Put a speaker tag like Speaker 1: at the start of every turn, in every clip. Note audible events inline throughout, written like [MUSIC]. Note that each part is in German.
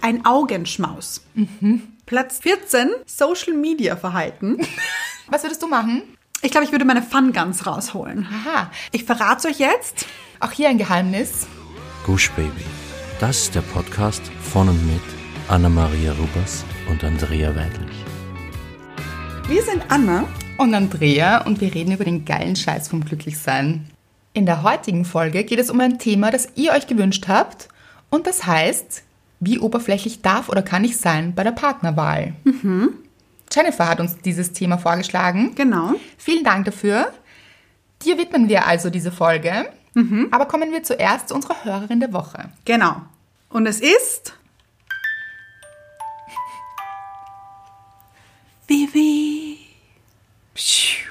Speaker 1: ein Augenschmaus. Platz 14, Social Media Verhalten.
Speaker 2: Was würdest du machen?
Speaker 1: Ich glaube, ich würde meine Fun Guns rausholen.
Speaker 2: Aha,
Speaker 1: Ich verrate euch jetzt.
Speaker 2: auch hier ein Geheimnis.
Speaker 3: Gush Baby. Das ist der Podcast von und mit Anna-Maria Rubers und Andrea Weidlich.
Speaker 1: Wir sind Anna.
Speaker 2: Und Andrea und wir reden über den geilen Scheiß vom Glücklichsein. In der heutigen Folge geht es um ein Thema, das ihr euch gewünscht habt und das heißt, wie oberflächlich darf oder kann ich sein bei der Partnerwahl. Jennifer hat uns dieses Thema vorgeschlagen.
Speaker 1: Genau.
Speaker 2: Vielen Dank dafür. Dir widmen wir also diese Folge. Aber kommen wir zuerst zu unserer Hörerin der Woche.
Speaker 1: Genau. Und es ist. Vivi. Pschiu.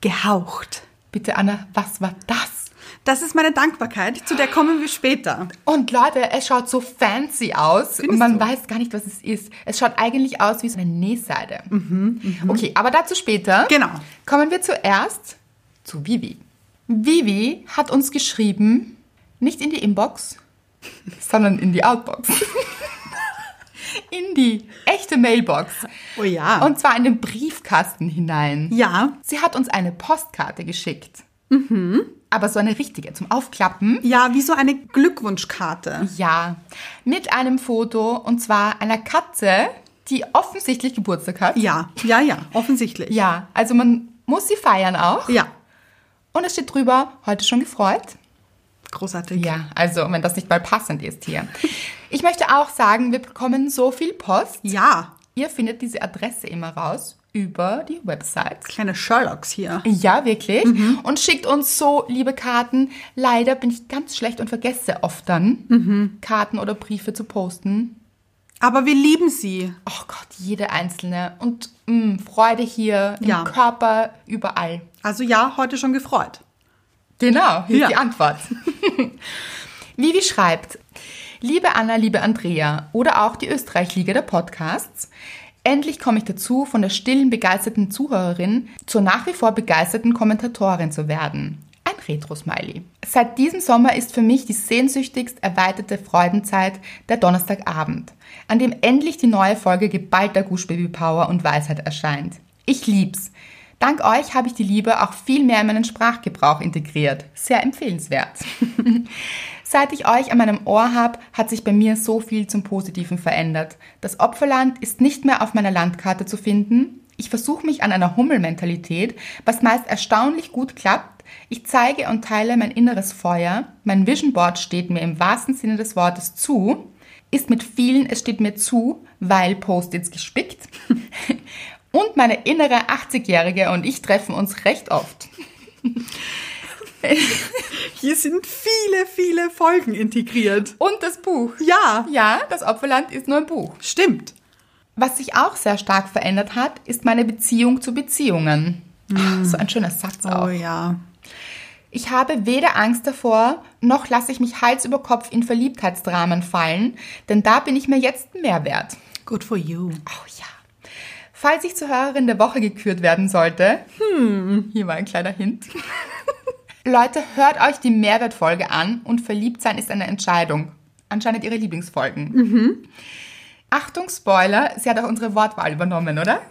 Speaker 1: Gehaucht.
Speaker 2: Bitte, Anna, was war das?
Speaker 1: Das ist meine Dankbarkeit, zu der kommen wir später.
Speaker 2: Und Leute, es schaut so fancy aus und
Speaker 1: Findest
Speaker 2: man
Speaker 1: du?
Speaker 2: weiß gar nicht, was es ist. Es schaut eigentlich aus wie so eine Nähseide. Okay, aber dazu später.
Speaker 1: Mhm, Genau.
Speaker 2: Kommen wir zuerst zu Vivi. Vivi hat uns geschrieben, nicht in die
Speaker 1: [LAUGHS]
Speaker 2: Inbox, sondern in die Outbox. [LAUGHS] in die echte Mailbox.
Speaker 1: Oh ja.
Speaker 2: Und zwar in den Briefkasten hinein.
Speaker 1: Ja.
Speaker 2: Sie hat uns eine Postkarte geschickt.
Speaker 1: Mhm.
Speaker 2: Aber so eine richtige zum Aufklappen.
Speaker 1: Ja, wie so eine Glückwunschkarte.
Speaker 2: Ja, mit einem Foto und zwar einer Katze, die offensichtlich Geburtstag hat.
Speaker 1: Ja, ja, ja, offensichtlich.
Speaker 2: Ja, also man muss sie feiern auch.
Speaker 1: Ja,
Speaker 2: Und es steht drüber, heute schon gefreut.
Speaker 1: großartig.
Speaker 2: Ja, also wenn das nicht mal passend ist hier. Ich möchte auch sagen, wir bekommen so viel Post.
Speaker 1: Ja,
Speaker 2: Ihr findet diese Adresse immer raus über die Website.
Speaker 1: kleine Sherlocks hier.
Speaker 2: Ja, wirklich. Und schickt uns so liebe Karten. Leider bin ich ganz schlecht und vergesse oft dann, Karten oder Briefe zu posten.
Speaker 1: Aber wir lieben sie.
Speaker 2: Oh Gott, jede einzelne. Und mh, Freude hier, im
Speaker 1: Ja.
Speaker 2: Körper, überall.
Speaker 1: Also ja, heute schon gefreut.
Speaker 2: Genau, hier
Speaker 1: Ja.
Speaker 2: ist die Antwort. Vivi schreibt, liebe Anna, liebe Andrea oder auch die Österreich-Liga der Podcasts, endlich komme ich dazu, von der stillen, begeisterten Zuhörerin zur nach wie vor begeisterten Kommentatorin zu werden. Ein Retro-Smiley. Seit diesem Sommer ist für mich die sehnsüchtigst erweiterte Freudenzeit der Donnerstagabend, an dem endlich die neue Folge geballter Guschbaby Power und Weisheit erscheint. Ich lieb's. Dank euch habe ich die Liebe auch viel mehr in meinen Sprachgebrauch integriert. Sehr empfehlenswert. Seit ich euch an meinem Ohr habe, hat sich bei mir so viel zum Positiven verändert. Das Opferland ist nicht mehr auf meiner Landkarte zu finden. Ich versuche mich an einer Hummelmentalität, was meist erstaunlich gut klappt. Ich zeige und teile mein inneres Feuer. Mein Vision Board steht mir im wahrsten Sinne des Wortes zu. Ist mit vielen, es steht mir zu, weil Post-its gespickt. [LAUGHS] Und meine innere 80-Jährige und ich treffen uns recht oft.
Speaker 1: Hier sind viele, viele Folgen integriert.
Speaker 2: Und das Buch.
Speaker 1: Ja,
Speaker 2: Ja, das Opferland ist nur ein Buch.
Speaker 1: stimmt.
Speaker 2: Was sich auch sehr stark verändert hat, ist meine Beziehung zu Beziehungen. Ach, so ein schöner Satz
Speaker 1: Oh
Speaker 2: auch.
Speaker 1: ja.
Speaker 2: Ich habe weder Angst davor, noch lasse ich mich Hals über Kopf in Verliebtheitsdramen fallen, denn da bin ich mir jetzt mehr wert.
Speaker 1: Good for you.
Speaker 2: Oh ja. Falls ich zur Hörerin der Woche gekürt werden sollte, hm, hier war ein kleiner Hint. [LAUGHS] Leute, hört euch die Mehrwertfolge an und verliebt sein ist eine Entscheidung. Anscheinend ihre Lieblingsfolgen. Achtung, Spoiler, sie hat auch unsere Wortwahl übernommen, oder?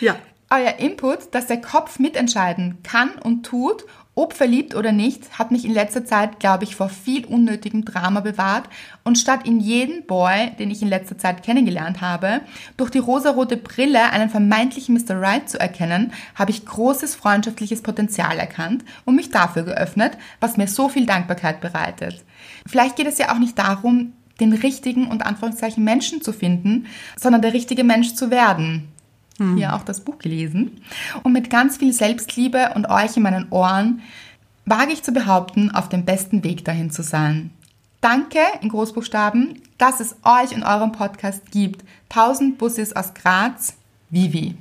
Speaker 1: Ja.
Speaker 2: Euer Input, dass der Kopf mitentscheiden kann und tut, ob verliebt oder nicht, hat mich in letzter Zeit, glaube ich, vor viel unnötigem Drama bewahrt und statt in jeden Boy, den ich in letzter Zeit kennengelernt habe, durch die rosarote Brille einen vermeintlichen Mr. Right zu erkennen, habe ich großes freundschaftliches Potenzial erkannt und mich dafür geöffnet, was mir so viel Dankbarkeit bereitet. Vielleicht geht es ja auch nicht darum, den richtigen und Anführungszeichen Menschen zu finden, sondern der richtige Mensch zu werden
Speaker 1: Mhm.
Speaker 2: hier auch das Buch gelesen. Und mit ganz viel Selbstliebe und euch in meinen Ohren wage ich zu behaupten, auf dem besten Weg dahin zu sein. Danke in Großbuchstaben, dass es euch und euren Podcast gibt. 1000 Busses aus Graz, Vivi.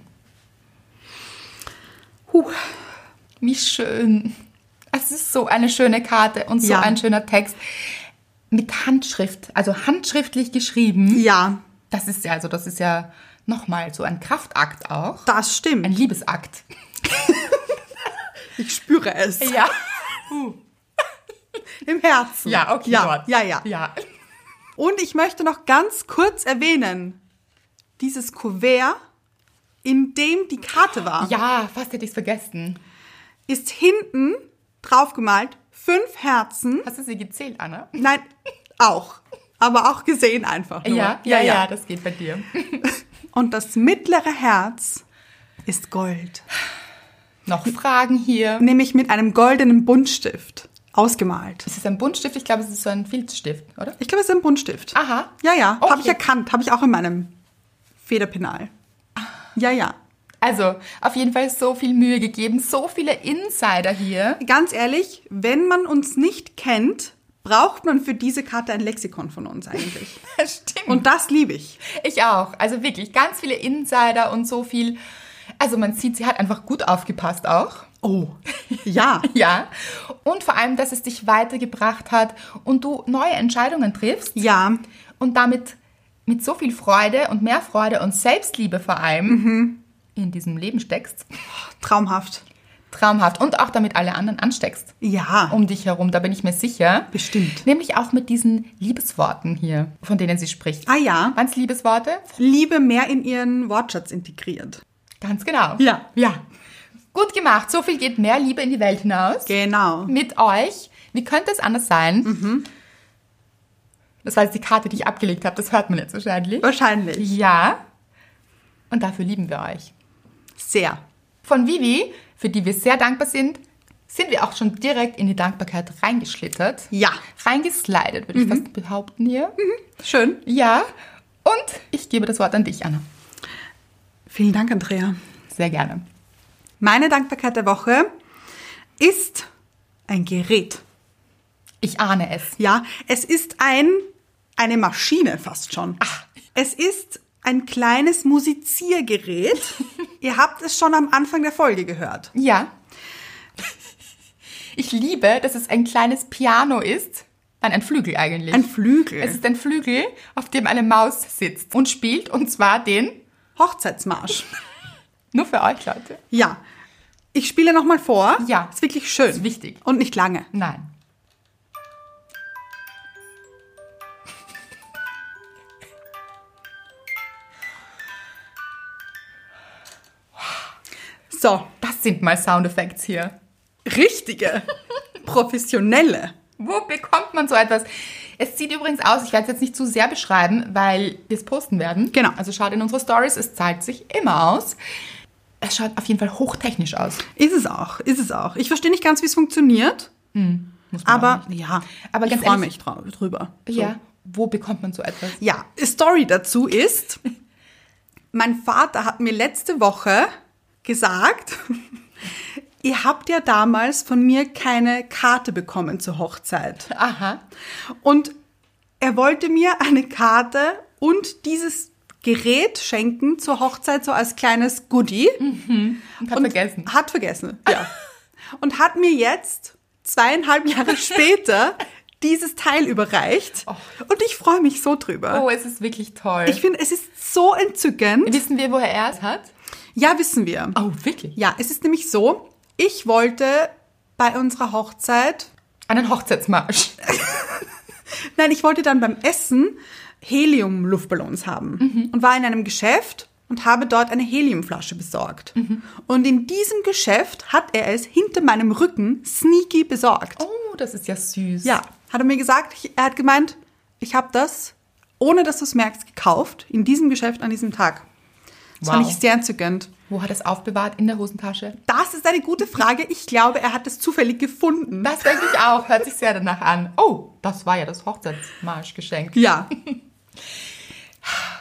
Speaker 1: Huh.
Speaker 2: Wie schön. Es ist so eine schöne Karte und so
Speaker 1: Ja.
Speaker 2: ein schöner Text. Mit Handschrift, also handschriftlich geschrieben.
Speaker 1: Ja,
Speaker 2: Das ist ja, also das ist ja nochmal so ein Kraftakt auch.
Speaker 1: das
Speaker 2: Ein
Speaker 1: stimmt.
Speaker 2: Liebesakt.
Speaker 1: Ich spüre es
Speaker 2: [LAUGHS] Ja.
Speaker 1: im Herzen.
Speaker 2: Ja, okay.
Speaker 1: Ja,
Speaker 2: dort.
Speaker 1: ja, ja.
Speaker 2: ja.
Speaker 1: Und ich möchte noch ganz kurz erwähnen, dieses Kuvert, in dem die Karte war,
Speaker 2: Ja, fast hätte ich es vergessen.
Speaker 1: ist hinten draufgemalt fünf Herzen.
Speaker 2: Hast du sie gezählt, Anna?
Speaker 1: Nein, auch. Aber auch gesehen einfach nur.
Speaker 2: Ja, ja, ja, das geht bei dir.
Speaker 1: Und das mittlere Herz ist Gold.
Speaker 2: Noch Fragen hier?
Speaker 1: Nämlich mit einem goldenen Buntstift ausgemalt.
Speaker 2: Ist es ein Buntstift? Ich glaube, es ist so ein Filzstift, oder?
Speaker 1: Ich glaube, es ist ein Buntstift.
Speaker 2: Aha.
Speaker 1: Ja, ja. Habe ich
Speaker 2: Okay.
Speaker 1: erkannt. Habe ich auch in meinem Federpenal. Ja, ja.
Speaker 2: Also, auf jeden Fall so viel Mühe gegeben, so viele Insider hier.
Speaker 1: Ganz ehrlich, wenn man uns nicht kennt, braucht man für diese Karte ein Lexikon von uns
Speaker 2: [LAUGHS]
Speaker 1: eigentlich.
Speaker 2: [LAUGHS] Stimmt.
Speaker 1: Und das liebe ich.
Speaker 2: Ich auch. Also wirklich ganz viele Insider und so viel. Also man sieht, sie hat einfach gut aufgepasst auch.
Speaker 1: Oh.
Speaker 2: [LAUGHS]
Speaker 1: Ja.
Speaker 2: Ja. Und vor allem, dass es dich weitergebracht hat und du neue Entscheidungen triffst
Speaker 1: Ja.
Speaker 2: und damit mit so viel Freude und mehr Freude und Selbstliebe vor allem
Speaker 1: Mhm.
Speaker 2: in diesem Leben steckst.
Speaker 1: Traumhaft.
Speaker 2: Traumhaft. Und auch damit alle anderen ansteckst
Speaker 1: Ja.
Speaker 2: um dich herum, da bin ich mir sicher.
Speaker 1: Bestimmt.
Speaker 2: Nämlich auch mit diesen Liebesworten hier, von denen sie spricht.
Speaker 1: Ah ja.
Speaker 2: Ganz Liebesworte?
Speaker 1: Liebe mehr in ihren Wortschatz integriert.
Speaker 2: Ganz genau.
Speaker 1: Ja.
Speaker 2: Ja. Gut gemacht. So viel geht mehr Liebe in die Welt hinaus.
Speaker 1: Genau.
Speaker 2: Mit euch. Wie könnte es anders sein?
Speaker 1: Mhm.
Speaker 2: Das war jetzt die Karte, die ich abgelegt habe. Das hört man jetzt wahrscheinlich.
Speaker 1: Wahrscheinlich.
Speaker 2: Ja. Und dafür lieben wir euch.
Speaker 1: Sehr.
Speaker 2: Von Vivi, für die wir sehr dankbar sind, sind wir auch schon direkt in die Dankbarkeit reingeschlittert.
Speaker 1: Ja. Mhm.
Speaker 2: Reingeslidet, würde ich fast behaupten hier.
Speaker 1: Schön.
Speaker 2: Ja. Und ich gebe das Wort an dich, Anna.
Speaker 1: Vielen Dank, Andrea.
Speaker 2: Sehr gerne.
Speaker 1: Meine Dankbarkeit der Woche ist ein Gerät.
Speaker 2: Ich ahne es.
Speaker 1: Ja, es ist ein, eine Maschine fast schon.
Speaker 2: Ach.
Speaker 1: Es ist ein kleines Musiziergerät.
Speaker 2: [LAUGHS]
Speaker 1: Ihr habt es schon am Anfang der Folge gehört. [LAUGHS]
Speaker 2: Ja. Ich liebe, dass es ein kleines Piano ist. Nein, ein Flügel eigentlich.
Speaker 1: Ein Flügel.
Speaker 2: es ist ein Flügel, auf dem eine Maus sitzt und spielt, und zwar den,
Speaker 1: Hochzeitsmarsch.
Speaker 2: nur für euch Leute.
Speaker 1: Ja. Ich spiele nochmal vor.
Speaker 2: Ja.
Speaker 1: Ist wirklich schön.
Speaker 2: Ist wichtig.
Speaker 1: Und nicht lange.
Speaker 2: Nein.
Speaker 1: So.
Speaker 2: Das sind mal Soundeffekte hier.
Speaker 1: Richtige. professionelle.
Speaker 2: Wo bekommt man so etwas? Es sieht übrigens aus, ich werde es jetzt nicht zu sehr beschreiben, weil wir es posten werden.
Speaker 1: Genau.
Speaker 2: Also schaut in unsere Stories, es zahlt sich immer aus. Es schaut auf jeden Fall hochtechnisch aus.
Speaker 1: Ist es auch. Ist es auch. Ich verstehe nicht ganz, wie es funktioniert.
Speaker 2: Hm, Muss man
Speaker 1: Aber
Speaker 2: auch nicht.
Speaker 1: ja,
Speaker 2: Aber
Speaker 1: ich
Speaker 2: ganz
Speaker 1: freue
Speaker 2: ehrlich-
Speaker 1: mich drau- drüber. So.
Speaker 2: ja, wo bekommt man so etwas?
Speaker 1: Ja, Story dazu ist, mein Vater hat mir letzte Woche gesagt, [LAUGHS] ihr habt ja damals von mir keine Karte bekommen zur Hochzeit.
Speaker 2: Aha.
Speaker 1: Und er wollte mir eine Karte und dieses Gerät schenken zur Hochzeit, so als kleines Goodie.
Speaker 2: Und hat
Speaker 1: Und
Speaker 2: vergessen.
Speaker 1: Hat vergessen, ja. [LAUGHS] und hat mir jetzt zweieinhalb Jahre [LAUGHS] später dieses Teil überreicht. Und ich freue mich so drüber.
Speaker 2: Oh, es ist wirklich toll.
Speaker 1: Ah. Ich finde, es ist so entzückend.
Speaker 2: Wissen wir, woher er es hat?
Speaker 1: Ja, wissen wir.
Speaker 2: Oh, wirklich?
Speaker 1: Ja, es ist nämlich so, ich wollte bei unserer Hochzeit,
Speaker 2: Einen Hochzeitsmarsch.
Speaker 1: nein, ich wollte dann beim Essen Helium-Luftballons haben und war in einem Geschäft und habe dort eine Heliumflasche besorgt. Und in diesem Geschäft hat er es hinter meinem Rücken sneaky besorgt.
Speaker 2: Oh, das ist ja süß.
Speaker 1: Ja, hat er mir gesagt, ich, er hat gemeint, ich habe das, ohne dass du es merkst, gekauft, in diesem Geschäft an diesem Tag. Das fand
Speaker 2: Wow.
Speaker 1: ich sehr entzückend.
Speaker 2: Wo hat er es aufbewahrt? In der Hosentasche?
Speaker 1: Das ist eine gute Frage. Ich glaube, er hat es zufällig gefunden.
Speaker 2: Das denke ich auch. Hört sich sehr danach an. Oh, das war ja das
Speaker 1: [LAUGHS]
Speaker 2: Hochzeitsmarschgeschenk.
Speaker 1: Ja.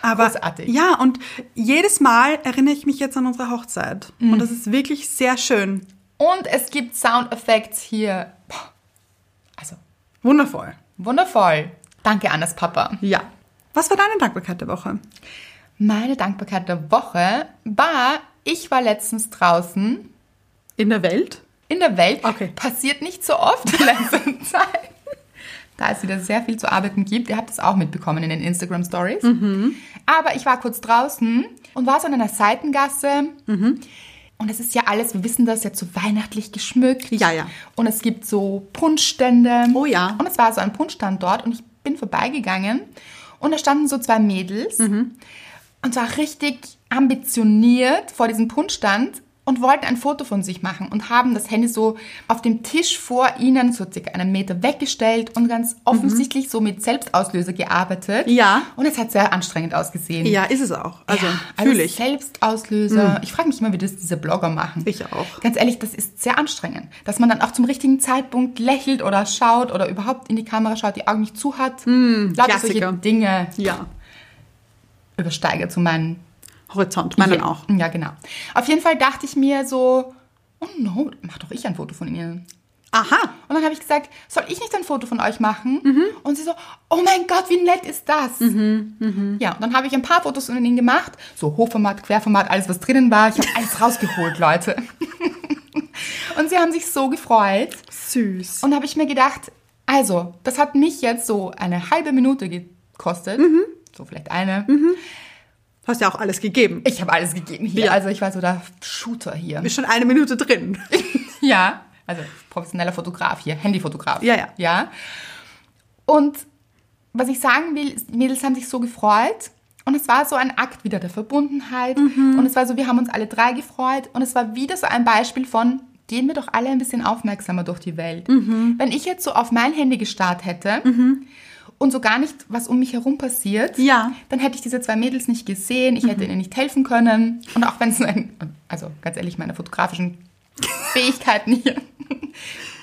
Speaker 1: Aber
Speaker 2: Großartig.
Speaker 1: ja, und jedes Mal erinnere ich mich jetzt an unsere Hochzeit. Und das ist wirklich sehr schön.
Speaker 2: Und es gibt Soundeffekte hier. Boah. Also,
Speaker 1: Wundervoll.
Speaker 2: wundervoll. Danke, Annas Papa.
Speaker 1: Ja. Was war deine Dankbarkeit der Woche?
Speaker 2: Meine Dankbarkeit der Woche war, ich war letztens draußen
Speaker 1: In der Welt?
Speaker 2: in der Welt.
Speaker 1: Okay.
Speaker 2: Passiert nicht so oft in letzter
Speaker 1: [LAUGHS]
Speaker 2: Zeit. Da es wieder sehr viel zu arbeiten gibt. Ihr habt es auch mitbekommen in den Instagram Stories.
Speaker 1: Mhm.
Speaker 2: Aber ich war kurz draußen und war so in einer Seitengasse.
Speaker 1: Mhm.
Speaker 2: Und es ist ja alles, wir wissen das, jetzt so weihnachtlich geschmückt.
Speaker 1: Ja, ja.
Speaker 2: Und es gibt so Punschstände.
Speaker 1: Oh ja.
Speaker 2: Und es war so ein Punschstand dort und ich bin vorbeigegangen und da standen so zwei Mädels und zwar richtig ambitioniert vor diesem Punschstand und wollten ein Foto von sich machen und haben das Handy so auf dem Tisch vor ihnen, so circa einen Meter weggestellt und ganz offensichtlich so mit Selbstauslöser gearbeitet.
Speaker 1: Mhm. Ja.
Speaker 2: Und es hat sehr anstrengend ausgesehen.
Speaker 1: Ja, ist es auch. Also,
Speaker 2: Ja,
Speaker 1: fühle ich. Mhm.
Speaker 2: Selbstauslöser. Ich frage mich immer, wie das diese Blogger machen.
Speaker 1: Ich auch.
Speaker 2: Ganz ehrlich, das ist sehr anstrengend, dass man dann auch zum richtigen Zeitpunkt lächelt oder schaut oder überhaupt in die Kamera schaut, die Augen nicht zu hat. Lauter solche
Speaker 1: Mhm. Klassiker.
Speaker 2: Dinge
Speaker 1: Ja.
Speaker 2: übersteige zu meinen.
Speaker 1: Horizont, meinen
Speaker 2: Ja,
Speaker 1: auch.
Speaker 2: Ja, genau. Auf jeden Fall dachte ich mir so, oh no, mach doch ich ein Foto von ihnen.
Speaker 1: Aha.
Speaker 2: Und dann habe ich gesagt, soll ich nicht ein Foto von euch machen?
Speaker 1: Mhm.
Speaker 2: Und sie so, oh mein Gott, wie nett ist das?
Speaker 1: mhm.
Speaker 2: Ja, und dann habe ich ein paar Fotos von ihnen gemacht. So Hochformat, Querformat, alles, was drinnen war. Ich habe
Speaker 1: [LAUGHS]
Speaker 2: alles rausgeholt, Leute. und sie haben sich so gefreut.
Speaker 1: Süß.
Speaker 2: Und da habe ich mir gedacht, also, das hat mich jetzt so eine halbe Minute gekostet.
Speaker 1: Mhm.
Speaker 2: So vielleicht eine.
Speaker 1: Hast ja auch alles gegeben.
Speaker 2: Ich habe alles gegeben hier.
Speaker 1: Ja.
Speaker 2: Also ich war so der Shooter hier.
Speaker 1: Ist schon eine Minute drin.
Speaker 2: Ja, also professioneller Fotograf hier, Handyfotograf.
Speaker 1: Ja, ja.
Speaker 2: Ja. Und was ich sagen will, ist, die Mädels haben sich so gefreut. Und es war so ein Akt wieder der Verbundenheit. Und es war so, wir haben uns alle drei gefreut. Und es war wieder so ein Beispiel von, gehen wir doch alle ein bisschen aufmerksamer durch die Welt. Wenn ich jetzt so auf mein Handy gestarrt hätte und so gar nicht, was um mich herum passiert,
Speaker 1: Ja.
Speaker 2: dann hätte ich diese zwei Mädels nicht gesehen. Ich hätte ihnen nicht helfen können. Und auch wenn es ein, also ganz ehrlich, meine fotografischen Fähigkeiten hier.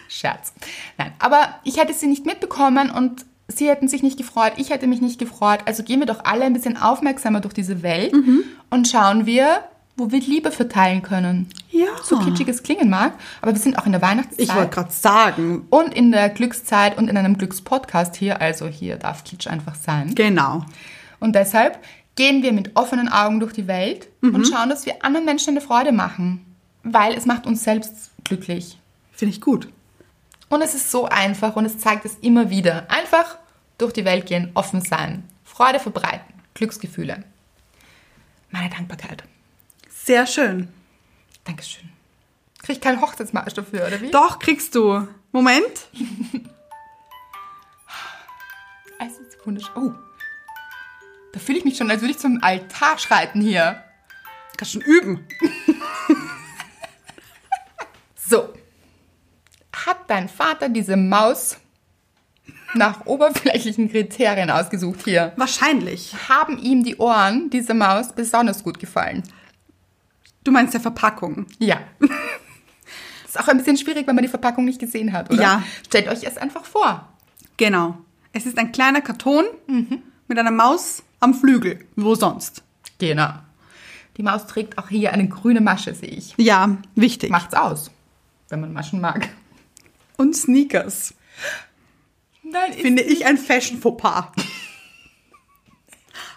Speaker 2: Scherz. Nein, aber ich hätte sie nicht mitbekommen und sie hätten sich nicht gefreut, ich hätte mich nicht gefreut. Also gehen wir doch alle ein bisschen aufmerksamer durch diese Welt
Speaker 1: Mhm.
Speaker 2: und schauen wir, wo wir Liebe verteilen können.
Speaker 1: Ja.
Speaker 2: So kitschig es klingen mag, aber wir sind auch in der Weihnachtszeit.
Speaker 1: Ich wollte gerade sagen.
Speaker 2: und in der Glückszeit und in einem Glückspodcast hier, also hier darf Kitsch einfach sein.
Speaker 1: Genau.
Speaker 2: Und deshalb gehen wir mit offenen Augen durch die Welt
Speaker 1: Mhm.
Speaker 2: und schauen, dass wir anderen Menschen eine Freude machen, weil es macht uns selbst glücklich.
Speaker 1: Finde ich gut.
Speaker 2: Und es ist so einfach und es zeigt es immer wieder. Einfach durch die Welt gehen, offen sein, Freude verbreiten, Glücksgefühle. Meine Dankbarkeit.
Speaker 1: Sehr schön.
Speaker 2: Dankeschön. Krieg ich keinen Hochzeitsmarsch dafür, oder wie?
Speaker 1: Doch, kriegst du. Moment.
Speaker 2: Es ist wunderschön. Oh. Da fühle ich mich schon, als würde ich zum Altar schreiten hier.
Speaker 1: Kannst schon üben.
Speaker 2: So. Hat dein Vater diese Maus nach oberflächlichen Kriterien ausgesucht hier?
Speaker 1: Wahrscheinlich.
Speaker 2: Haben ihm die Ohren diese Maus besonders gut gefallen?
Speaker 1: Du meinst der Verpackung.
Speaker 2: Ja. [LAUGHS] ist auch ein bisschen schwierig, wenn man die Verpackung nicht gesehen hat, oder?
Speaker 1: Ja.
Speaker 2: Stellt euch es einfach vor.
Speaker 1: Genau. Es ist ein kleiner Karton mit einer Maus am Flügel. Wo sonst?
Speaker 2: Genau. Die Maus trägt auch hier eine grüne Masche, sehe ich.
Speaker 1: Ja, wichtig.
Speaker 2: Macht's aus, wenn man Maschen mag.
Speaker 1: Und Sneakers.
Speaker 2: Nein, ist
Speaker 1: Finde ich ein Fashion-Fauxpas. [LAUGHS]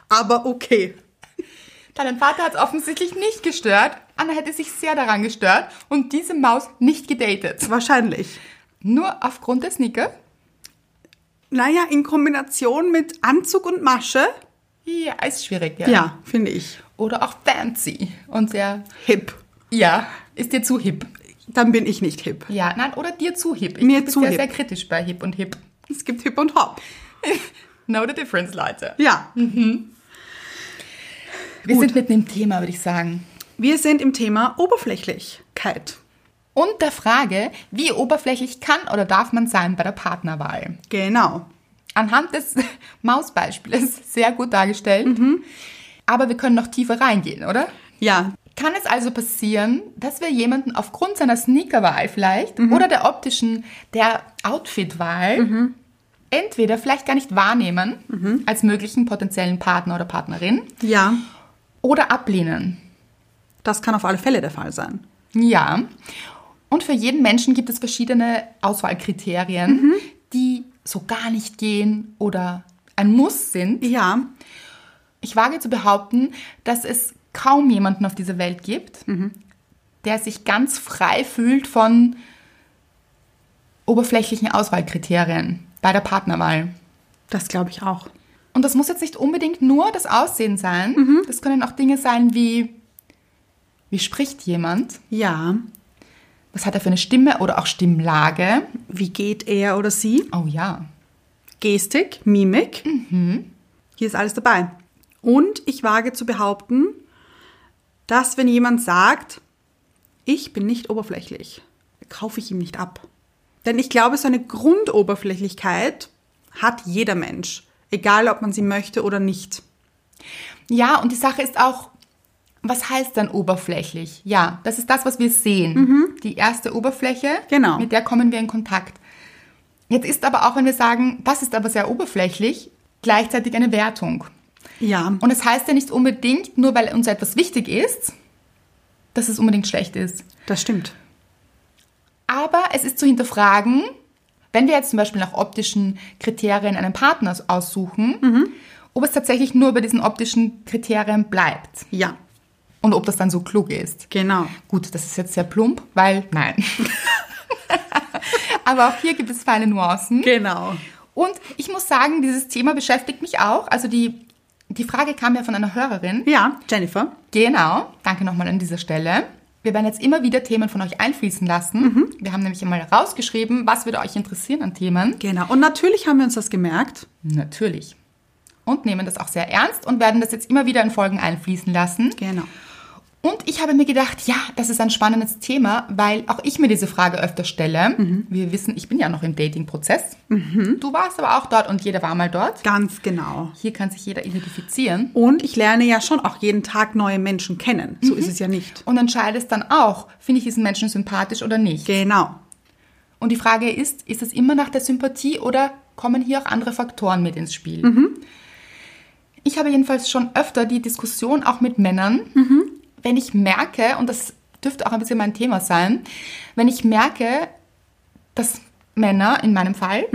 Speaker 1: Aber okay.
Speaker 2: Deinen Vater hat es offensichtlich nicht gestört. Anna hätte sich sehr daran gestört und diese Maus nicht gedatet.
Speaker 1: Wahrscheinlich.
Speaker 2: Nur aufgrund der Sneaker?
Speaker 1: Naja, in Kombination mit Anzug und Masche.
Speaker 2: Ja, ist schwierig, ja.
Speaker 1: Ja, finde ich.
Speaker 2: Oder auch fancy und sehr,
Speaker 1: Hip.
Speaker 2: ja, ist dir zu hip.
Speaker 1: Dann bin ich nicht hip.
Speaker 2: Ja, nein, oder dir zu hip. Ich
Speaker 1: Mir
Speaker 2: bin
Speaker 1: zu
Speaker 2: sehr,
Speaker 1: hip.
Speaker 2: sehr kritisch bei hip und hip.
Speaker 1: Es gibt hip und hop.
Speaker 2: Know the difference, Leute.
Speaker 1: Ja.
Speaker 2: Wir sind mitten im Thema, würde ich sagen.
Speaker 1: Wir sind im Thema Oberflächlichkeit.
Speaker 2: Und der Frage, wie oberflächlich kann oder darf man sein bei der Partnerwahl?
Speaker 1: Genau.
Speaker 2: Anhand des [LAUGHS] Mausbeispiels sehr gut dargestellt. Aber wir können noch tiefer reingehen, oder?
Speaker 1: Ja.
Speaker 2: Kann es also passieren, dass wir jemanden aufgrund seiner Sneakerwahl vielleicht oder der optischen, der Outfitwahl entweder vielleicht gar nicht wahrnehmen als möglichen potenziellen Partner oder Partnerin
Speaker 1: Ja.
Speaker 2: oder ablehnen?
Speaker 1: Das kann auf alle Fälle der Fall sein.
Speaker 2: Ja. Und für jeden Menschen gibt es verschiedene Auswahlkriterien, die so gar nicht gehen oder ein Muss sind.
Speaker 1: Ja.
Speaker 2: Ich wage zu behaupten, dass es kaum jemanden auf dieser Welt gibt, der sich ganz frei fühlt von oberflächlichen Auswahlkriterien bei der Partnerwahl.
Speaker 1: Das glaube ich auch.
Speaker 2: Und das muss jetzt nicht unbedingt nur das Aussehen sein. Das können auch Dinge sein wie, wie spricht jemand?
Speaker 1: Ja.
Speaker 2: Was hat er für eine Stimme oder auch Stimmlage?
Speaker 1: Wie geht er oder sie?
Speaker 2: Oh ja.
Speaker 1: Gestik, Mimik. Hier ist alles dabei. Und ich wage zu behaupten, dass wenn jemand sagt, ich bin nicht oberflächlich, kaufe ich ihm nicht ab. Denn ich glaube, so eine Grundoberflächlichkeit hat jeder Mensch, egal ob man sie möchte oder nicht.
Speaker 2: Ja, und die Sache ist auch, was heißt dann oberflächlich? Ja, das ist das, was wir sehen. Die erste Oberfläche,
Speaker 1: Genau.
Speaker 2: mit der kommen wir in Kontakt. Jetzt ist aber auch, wenn wir sagen, das ist aber sehr oberflächlich, gleichzeitig eine Wertung.
Speaker 1: Ja.
Speaker 2: Und es das heißt ja nicht unbedingt, nur weil uns etwas wichtig ist, dass es unbedingt schlecht ist.
Speaker 1: das stimmt.
Speaker 2: Aber es ist zu hinterfragen, wenn wir jetzt zum Beispiel nach optischen Kriterien einen Partner aus- aussuchen, ob es tatsächlich nur bei diesen optischen Kriterien bleibt
Speaker 1: Ja,
Speaker 2: und ob das dann so klug ist.
Speaker 1: genau.
Speaker 2: Gut, das ist jetzt sehr plump, weil nein. Aber auch hier gibt es feine Nuancen.
Speaker 1: Genau.
Speaker 2: Und ich muss sagen, dieses Thema beschäftigt mich auch. Also die, die Frage kam ja von einer Hörerin.
Speaker 1: Ja, Jennifer.
Speaker 2: Genau, danke nochmal an dieser Stelle. Wir werden jetzt immer wieder Themen von euch einfließen lassen. Wir haben nämlich einmal rausgeschrieben, was würde euch interessieren an Themen.
Speaker 1: Genau. Und natürlich haben wir uns das gemerkt.
Speaker 2: Natürlich. Und nehmen das auch sehr ernst und werden das jetzt immer wieder in Folgen einfließen lassen.
Speaker 1: Genau.
Speaker 2: Und ich habe mir gedacht, ja, das ist ein spannendes Thema, weil auch ich mir diese Frage öfter stelle. Wir wissen, ich bin ja noch im Dating-Prozess. Du warst aber auch dort und jeder war mal dort.
Speaker 1: Ganz genau.
Speaker 2: Hier kann sich jeder identifizieren.
Speaker 1: Und ich lerne ja schon auch jeden Tag neue Menschen kennen. So ist es ja nicht.
Speaker 2: Und entscheidest dann auch, finde ich diesen Menschen sympathisch oder nicht.
Speaker 1: Genau.
Speaker 2: Und die Frage ist, ist es immer nach der Sympathie oder kommen hier auch andere Faktoren mit ins Spiel? Ich habe jedenfalls schon öfter die Diskussion auch mit Männern, wenn ich merke, und das dürfte auch ein bisschen mein Thema sein, wenn ich merke, dass Männer in meinem Fall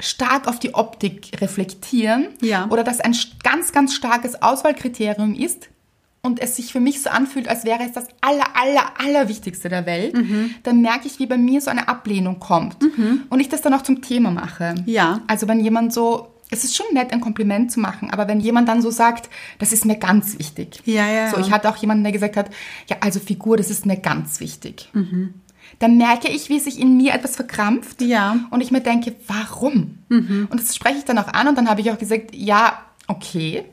Speaker 2: stark auf die Optik reflektieren
Speaker 1: Ja.
Speaker 2: oder dass ein st- ganz, ganz starkes Auswahlkriterium ist und es sich für mich so anfühlt, als wäre es das aller, aller, allerwichtigste der Welt, dann merke ich, wie bei mir so eine Ablehnung kommt und ich das dann auch zum Thema mache.
Speaker 1: Ja.
Speaker 2: Also wenn jemand so, es ist schon nett, ein Kompliment zu machen, aber wenn jemand dann so sagt, das ist mir ganz wichtig.
Speaker 1: Ja, ja,
Speaker 2: So,
Speaker 1: ja.
Speaker 2: ich hatte auch jemanden, der gesagt hat, ja, also Figur, das ist mir ganz wichtig.
Speaker 1: Mhm.
Speaker 2: Dann merke ich, wie sich in mir etwas verkrampft.
Speaker 1: Ja. Mhm.
Speaker 2: Und ich mir denke, warum? Und das spreche ich dann auch an und dann habe ich auch gesagt, ja, okay,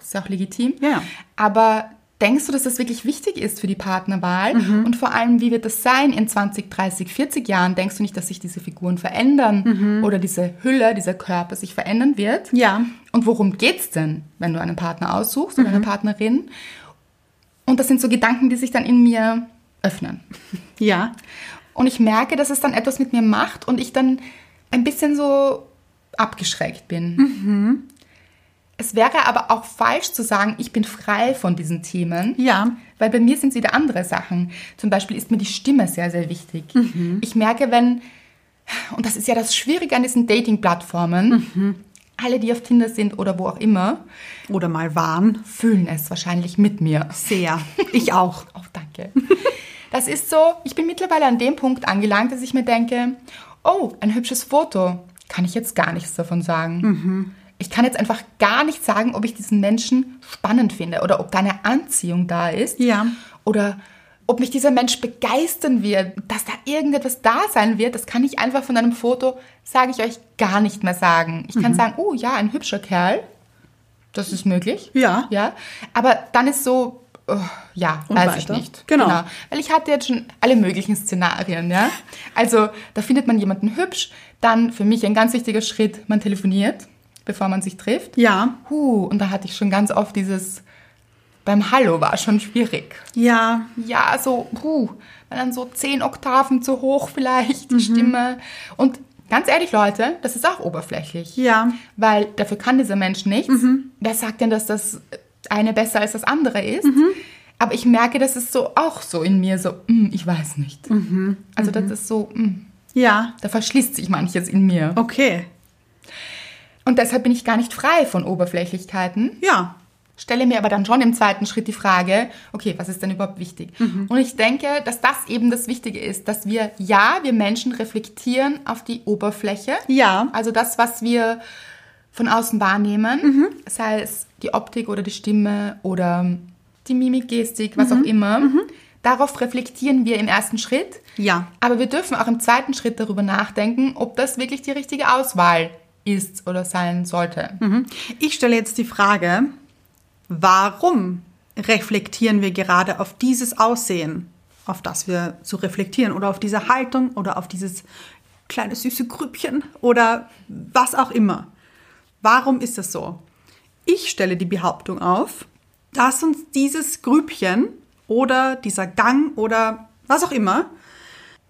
Speaker 2: ist ja auch legitim.
Speaker 1: Ja.
Speaker 2: Aber denkst du, dass das wirklich wichtig ist für die Partnerwahl? Und vor allem, wie wird das sein in 20, 30, 40 Jahren? Denkst du nicht, dass sich diese Figuren verändern oder diese Hülle, dieser Körper sich verändern wird?
Speaker 1: Ja.
Speaker 2: Und worum geht's denn, wenn du einen Partner aussuchst oder eine Partnerin? Und das sind so Gedanken, die sich dann in mir öffnen.
Speaker 1: Ja.
Speaker 2: Und ich merke, dass es dann etwas mit mir macht und ich dann ein bisschen so abgeschreckt bin. Es wäre aber auch falsch zu sagen, ich bin frei von diesen Themen.
Speaker 1: Ja.
Speaker 2: Weil bei mir sind es wieder andere Sachen. Zum Beispiel ist mir die Stimme sehr, sehr wichtig. Ich merke, wenn, und das ist ja das Schwierige an diesen Dating-Plattformen, alle, die auf Tinder sind oder wo auch immer,
Speaker 1: Oder mal warn.
Speaker 2: fühlen es wahrscheinlich mit mir.
Speaker 1: Sehr. Ich auch.
Speaker 2: Oh, danke. Das ist so, ich bin mittlerweile an dem Punkt angelangt, dass ich mir denke, oh, ein hübsches Foto. Kann ich jetzt gar nichts davon sagen.
Speaker 1: Mhm.
Speaker 2: Ich kann jetzt einfach gar nicht sagen, ob ich diesen Menschen spannend finde oder ob da eine Anziehung da ist.
Speaker 1: Ja.
Speaker 2: Oder ob mich dieser Mensch begeistern wird, dass da irgendetwas da sein wird. Das kann ich einfach von einem Foto, sage ich euch, gar nicht mehr sagen. Ich
Speaker 1: Mhm.
Speaker 2: kann sagen, oh ja, ein hübscher Kerl. Das ist möglich.
Speaker 1: Ja.
Speaker 2: Ja. Aber dann ist so, oh, ja,
Speaker 1: Und
Speaker 2: weiß
Speaker 1: weiter.
Speaker 2: ich nicht.
Speaker 1: Genau.
Speaker 2: Weil ich hatte jetzt schon alle möglichen Szenarien, ja. Also da findet man jemanden hübsch, dann für mich ein ganz wichtiger Schritt, man telefoniert, bevor man sich trifft.
Speaker 1: Ja.
Speaker 2: Huh, und da hatte ich schon ganz oft dieses, beim Hallo war schon schwierig.
Speaker 1: Ja.
Speaker 2: Ja, so, huh, weil dann so zehn Oktaven zu hoch vielleicht die
Speaker 1: Mhm.
Speaker 2: Stimme. Und ganz ehrlich, Leute, das ist auch oberflächlich.
Speaker 1: Ja.
Speaker 2: Weil dafür kann dieser Mensch nichts. Wer sagt denn, dass das eine besser als das andere ist? Aber ich merke, das ist so auch so in mir, so, mm, ich weiß nicht. Also das ist so, mm,
Speaker 1: Ja.
Speaker 2: da verschließt sich manches in mir.
Speaker 1: Okay.
Speaker 2: Und deshalb bin ich gar nicht frei von Oberflächlichkeiten.
Speaker 1: Ja.
Speaker 2: Stelle mir aber dann schon im zweiten Schritt die Frage, okay, was ist denn überhaupt wichtig? Und ich denke, dass das eben das Wichtige ist, dass wir, ja, wir Menschen reflektieren auf die Oberfläche.
Speaker 1: Ja.
Speaker 2: Also das, was wir von außen wahrnehmen,
Speaker 1: Mhm.
Speaker 2: sei es die Optik oder die Stimme oder die Mimik, Gestik, was
Speaker 1: Mhm.
Speaker 2: auch immer. Darauf reflektieren wir im ersten Schritt.
Speaker 1: Ja.
Speaker 2: Aber wir dürfen auch im zweiten Schritt darüber nachdenken, ob das wirklich die richtige Auswahl ist oder sein sollte.
Speaker 1: Mhm. Ich stelle jetzt die Frage, warum reflektieren wir gerade auf dieses Aussehen, auf das wir zu reflektieren oder auf diese Haltung oder auf dieses kleine süße Grübchen oder was auch immer? Warum ist das so? Ich stelle die Behauptung auf, dass uns dieses Grübchen oder dieser Gang oder was auch immer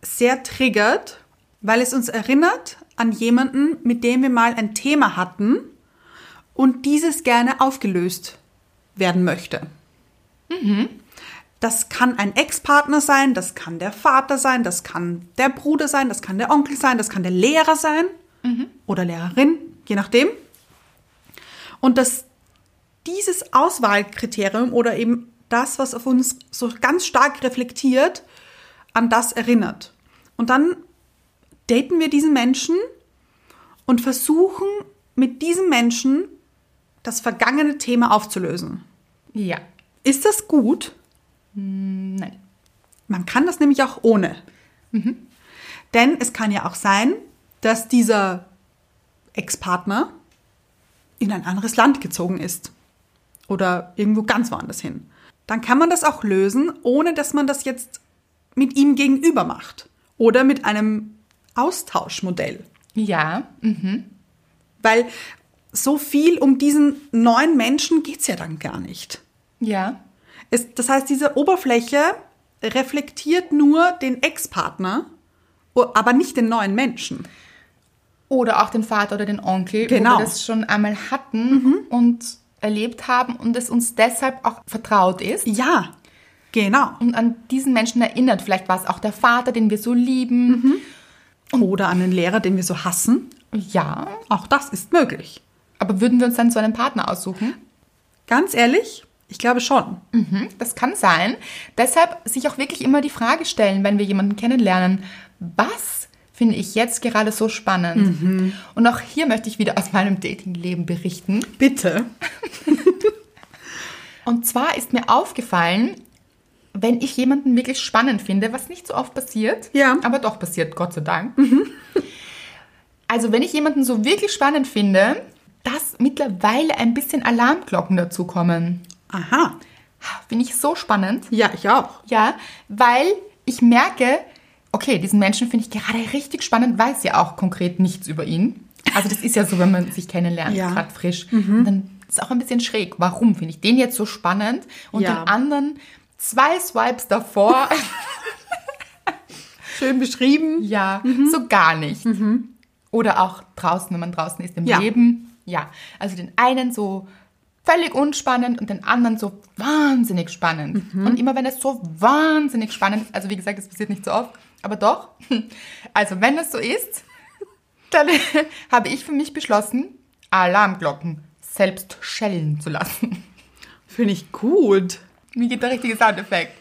Speaker 1: sehr triggert, weil es uns erinnert an jemanden, mit dem wir mal ein Thema hatten und dieses gerne aufgelöst werden möchte. Das kann ein Ex-Partner sein, das kann der Vater sein, das kann der Bruder sein, das kann der Onkel sein, das kann der Lehrer sein oder Lehrerin, je nachdem. Und dass dieses Auswahlkriterium oder eben das, was auf uns so ganz stark reflektiert, an das erinnert. Und dann daten wir diesen Menschen und versuchen mit diesem Menschen das vergangene Thema aufzulösen.
Speaker 2: Ja.
Speaker 1: Ist das gut?
Speaker 2: Nein.
Speaker 1: Man kann das nämlich auch ohne. Denn es kann ja auch sein, dass dieser Ex-Partner in ein anderes Land gezogen ist oder irgendwo ganz woanders hin. Dann kann man das auch lösen, ohne dass man das jetzt mit ihm gegenüber macht oder mit einem Austauschmodell.
Speaker 2: Ja.
Speaker 1: Weil so viel um diesen neuen Menschen geht es ja dann gar nicht.
Speaker 2: Ja.
Speaker 1: Es, das heißt, diese Oberfläche reflektiert nur den Ex-Partner, o- aber nicht den neuen Menschen.
Speaker 2: Oder auch den Vater oder den Onkel,
Speaker 1: Genau. Mhm.
Speaker 2: wo wir das schon einmal hatten und erlebt haben und es uns deshalb auch vertraut ist.
Speaker 1: Ja, genau.
Speaker 2: Und an diesen Menschen erinnert. Vielleicht war es auch der Vater, den wir so lieben.
Speaker 1: Oder an den Lehrer, den wir so hassen.
Speaker 2: Ja.
Speaker 1: Auch das ist möglich.
Speaker 2: Aber würden wir uns dann so einen Partner aussuchen?
Speaker 1: Ganz ehrlich, ich glaube schon.
Speaker 2: Mhm, Das kann sein. Deshalb sich auch wirklich immer die Frage stellen, wenn wir jemanden kennenlernen, was finde ich jetzt gerade so spannend? Und auch hier möchte ich wieder aus meinem Datingleben berichten.
Speaker 1: Bitte.
Speaker 2: Und zwar ist mir aufgefallen, wenn ich jemanden wirklich spannend finde, was nicht so oft passiert,
Speaker 1: Ja.
Speaker 2: aber doch passiert, Gott sei Dank. [LAUGHS] Also wenn ich jemanden so wirklich spannend finde, dass mittlerweile ein bisschen Alarmglocken dazukommen.
Speaker 1: Aha.
Speaker 2: Finde ich so spannend.
Speaker 1: Ja, ich auch.
Speaker 2: Ja, weil ich merke, okay, diesen Menschen finde ich gerade richtig spannend, weiß ja auch konkret nichts über ihn. Also das ist ja so, wenn man sich kennenlernt,
Speaker 1: Ja. Mhm.
Speaker 2: gerade frisch. Und dann ist auch ein bisschen schräg. Warum finde ich den jetzt so spannend und
Speaker 1: Ja.
Speaker 2: den anderen zwei
Speaker 1: [LAUGHS]
Speaker 2: Swipes davor?
Speaker 1: Schön beschrieben.
Speaker 2: ja, so gar nicht. Oder auch draußen, wenn man draußen ist im
Speaker 1: Ja.
Speaker 2: Leben. Ja, also den einen so völlig unspannend und den anderen so wahnsinnig spannend. Und immer wenn es so wahnsinnig spannend ist, also wie gesagt, das passiert nicht so oft, aber doch. [LAUGHS] Also wenn es so ist, [LAUGHS] dann [LAUGHS] habe ich für mich beschlossen, Alarmglocken selbst schellen zu lassen. [LAUGHS]
Speaker 1: Finde ich gut.
Speaker 2: Mir geht der richtige Soundeffekt.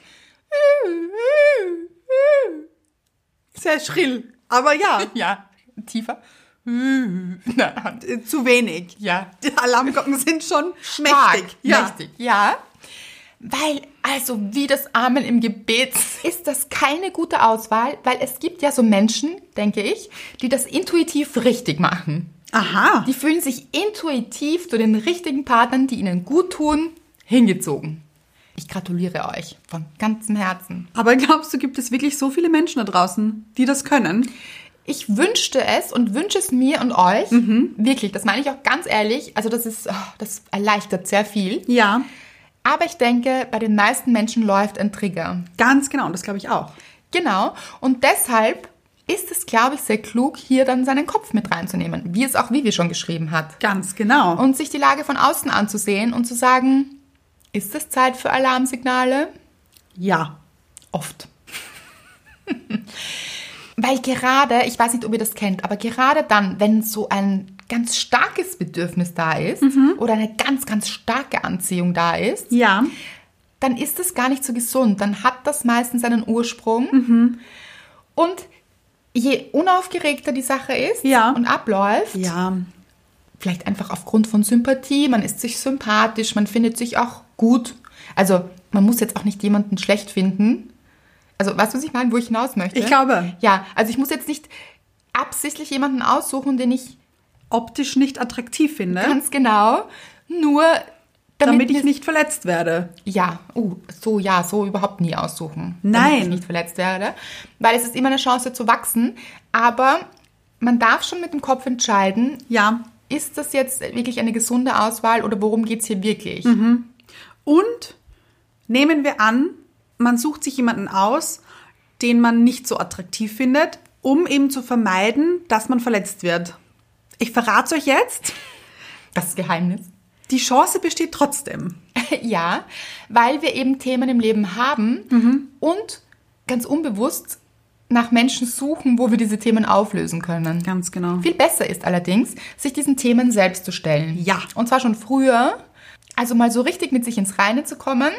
Speaker 1: Sehr schrill. Aber ja, [LAUGHS]
Speaker 2: Ja, tiefer. [LAUGHS] Na,
Speaker 1: äh, zu wenig.
Speaker 2: ja,
Speaker 1: Die Alarmglocken sind schon mächtig.
Speaker 2: Mächtig, ja. mächtig, ja. Weil, also wie das Amen im Gebet, [LAUGHS] ist das keine gute Auswahl, weil es gibt ja so Menschen, denke ich, die das intuitiv richtig machen.
Speaker 1: Aha.
Speaker 2: Die fühlen sich intuitiv zu den richtigen Partnern, die ihnen gut tun, hingezogen. Ich gratuliere euch von ganzem Herzen.
Speaker 1: Aber glaubst du, gibt es wirklich so viele Menschen da draußen, die das können?
Speaker 2: Ich wünschte es und wünsche es mir und euch, wirklich, das meine ich auch ganz ehrlich, also das ist, oh, das erleichtert sehr viel.
Speaker 1: Ja.
Speaker 2: Aber ich denke, bei den meisten Menschen läuft ein Trigger.
Speaker 1: Ganz genau, das glaube ich auch.
Speaker 2: Genau. Und deshalb ist es, glaube ich, sehr klug, hier dann seinen Kopf mit reinzunehmen, wie es auch Vivi schon geschrieben hat.
Speaker 1: Ganz genau.
Speaker 2: Und sich die Lage von außen anzusehen und zu sagen, ist es Zeit für Alarmsignale?
Speaker 1: ja.
Speaker 2: Oft. [LAUGHS] Weil gerade, ich weiß nicht, ob ihr das kennt, aber gerade dann, wenn so ein ganz starkes Bedürfnis da ist oder eine ganz, ganz starke Anziehung da ist,
Speaker 1: Ja.
Speaker 2: dann ist es gar nicht so gesund. Dann hat das meistens einen Ursprung.
Speaker 1: Mhm.
Speaker 2: Und je unaufgeregter die Sache ist
Speaker 1: Ja.
Speaker 2: und abläuft,
Speaker 1: Ja.
Speaker 2: vielleicht einfach aufgrund von Sympathie, man ist sich sympathisch, man findet sich auch gut. Also man muss jetzt auch nicht jemanden schlecht finden. Also weißt du, was ich meine, wo ich hinaus möchte?
Speaker 1: Ich glaube.
Speaker 2: Ja, also ich muss jetzt nicht absichtlich jemanden aussuchen, den ich
Speaker 1: optisch nicht attraktiv finde,
Speaker 2: Ganz genau. Nur
Speaker 1: damit,
Speaker 2: mir's-
Speaker 1: ich nicht verletzt werde.
Speaker 2: Ja, uh, so ja, so überhaupt nie aussuchen. Damit
Speaker 1: Nein.
Speaker 2: ich nicht verletzt werde. Weil es ist immer eine Chance zu wachsen. Aber man darf schon mit dem Kopf entscheiden,
Speaker 1: Ja.
Speaker 2: ist das jetzt wirklich eine gesunde Auswahl oder worum geht's hier wirklich?
Speaker 1: Und nehmen wir an, man sucht sich jemanden aus, den man nicht so attraktiv findet, um eben zu vermeiden, dass man verletzt wird. Ich verrate euch jetzt,
Speaker 2: Das Geheimnis. [LAUGHS]
Speaker 1: die Chance besteht trotzdem.
Speaker 2: ja, weil wir eben Themen im Leben haben und ganz unbewusst nach Menschen suchen, wo wir diese Themen auflösen können.
Speaker 1: Ganz genau.
Speaker 2: Viel besser ist allerdings, sich diesen Themen selbst zu stellen.
Speaker 1: Ja.
Speaker 2: Und zwar schon früher. Also mal so richtig mit sich ins Reine zu kommen,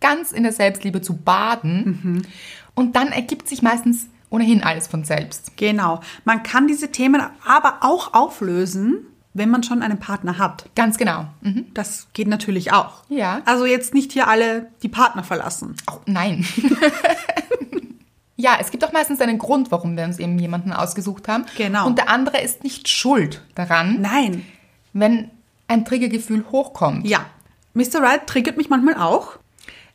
Speaker 2: ganz in der Selbstliebe zu baden.
Speaker 1: Mhm.
Speaker 2: Und dann ergibt sich meistens ohnehin alles von selbst.
Speaker 1: Genau. Man kann diese Themen aber auch auflösen, wenn man schon einen Partner hat.
Speaker 2: Ganz genau. Mhm.
Speaker 1: Das geht natürlich auch.
Speaker 2: Ja.
Speaker 1: Also jetzt nicht hier alle die Partner verlassen.
Speaker 2: Oh,
Speaker 1: [LAUGHS]
Speaker 2: nein. ja, es gibt auch meistens einen Grund, warum wir uns eben jemanden ausgesucht haben.
Speaker 1: Genau.
Speaker 2: Und der andere ist nicht schuld daran,
Speaker 1: Nein.
Speaker 2: wenn ein Triggergefühl hochkommt.
Speaker 1: Ja. Mr. Right triggert mich manchmal auch.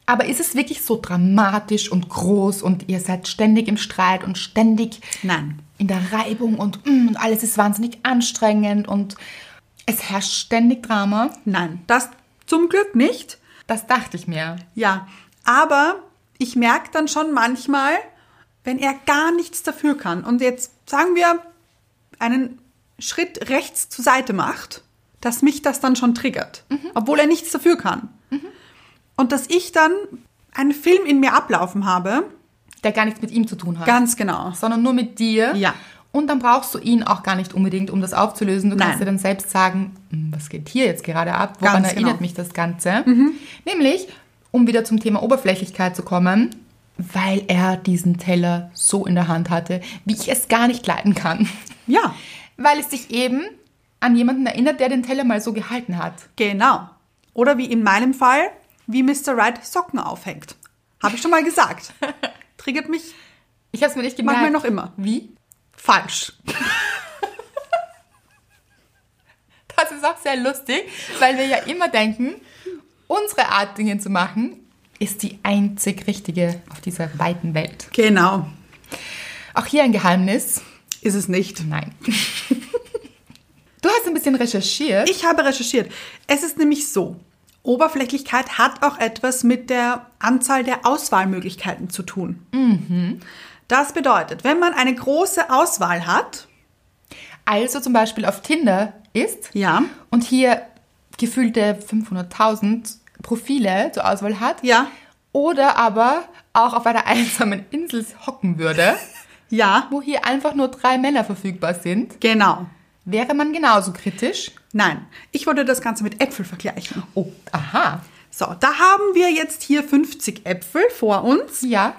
Speaker 2: Aber ist es wirklich so dramatisch und groß und ihr seid ständig im Streit und ständig
Speaker 1: Nein.
Speaker 2: in der Reibung und, mm, und alles ist wahnsinnig anstrengend und es herrscht ständig Drama?
Speaker 1: Nein. Das zum Glück nicht.
Speaker 2: Das dachte ich mir.
Speaker 1: Ja. Aber ich merke dann schon manchmal, wenn er gar nichts dafür kann und jetzt sagen wir einen Schritt rechts zur Seite macht, dass mich das dann schon triggert, obwohl er nichts dafür kann. Und dass ich dann einen Film in mir ablaufen habe.
Speaker 2: Der gar nichts mit ihm zu tun hat.
Speaker 1: Ganz genau.
Speaker 2: sondern nur mit dir.
Speaker 1: Ja.
Speaker 2: Und dann brauchst du ihn auch gar nicht unbedingt, um das aufzulösen. Du kannst
Speaker 1: Nein.
Speaker 2: dir dann selbst sagen, "Hm, was geht hier jetzt gerade ab? Woran
Speaker 1: Ganz
Speaker 2: erinnert
Speaker 1: genau. Mhm.
Speaker 2: mich das Ganze? Nämlich, um wieder zum Thema Oberflächlichkeit zu kommen, weil er diesen Teller so in der Hand hatte, wie ich es gar nicht leiden kann. [LAUGHS]
Speaker 1: Ja,
Speaker 2: Weil es dich eben an jemanden erinnert, der den Teller mal so gehalten hat.
Speaker 1: genau. Oder wie in meinem Fall, wie Mr. Right Socken aufhängt. Habe ich schon mal [LAUGHS] gesagt. Triggert mich
Speaker 2: Ich habe es mir nicht gemerkt.
Speaker 1: manchmal noch immer.
Speaker 2: Wie?
Speaker 1: Falsch.
Speaker 2: [LAUGHS] Das ist auch sehr lustig, weil wir ja immer denken, unsere Art, Dinge zu machen, ist die einzig richtige auf dieser weiten Welt.
Speaker 1: Genau.
Speaker 2: Auch hier ein Geheimnis.
Speaker 1: Ist es nicht. [LAUGHS]
Speaker 2: Nein. Du hast ein bisschen recherchiert.
Speaker 1: Ich habe recherchiert. Es ist nämlich so. Oberflächlichkeit hat auch etwas mit der Anzahl der Auswahlmöglichkeiten zu tun. Mhm. Das bedeutet, wenn man eine große Auswahl hat,
Speaker 2: Also zum Beispiel auf Tinder ist
Speaker 1: ja,
Speaker 2: und hier gefühlte 500.000 Profile zur Auswahl hat.
Speaker 1: Ja.
Speaker 2: Oder aber auch auf einer [LAUGHS] einsamen Insel hocken würde,
Speaker 1: ja,
Speaker 2: wo hier einfach nur drei Männer verfügbar sind,
Speaker 1: genau.
Speaker 2: wäre man genauso kritisch.
Speaker 1: Nein, ich würde das Ganze mit Äpfel vergleichen.
Speaker 2: Oh, aha.
Speaker 1: So, da haben wir jetzt hier 50 Äpfel vor uns
Speaker 2: Ja,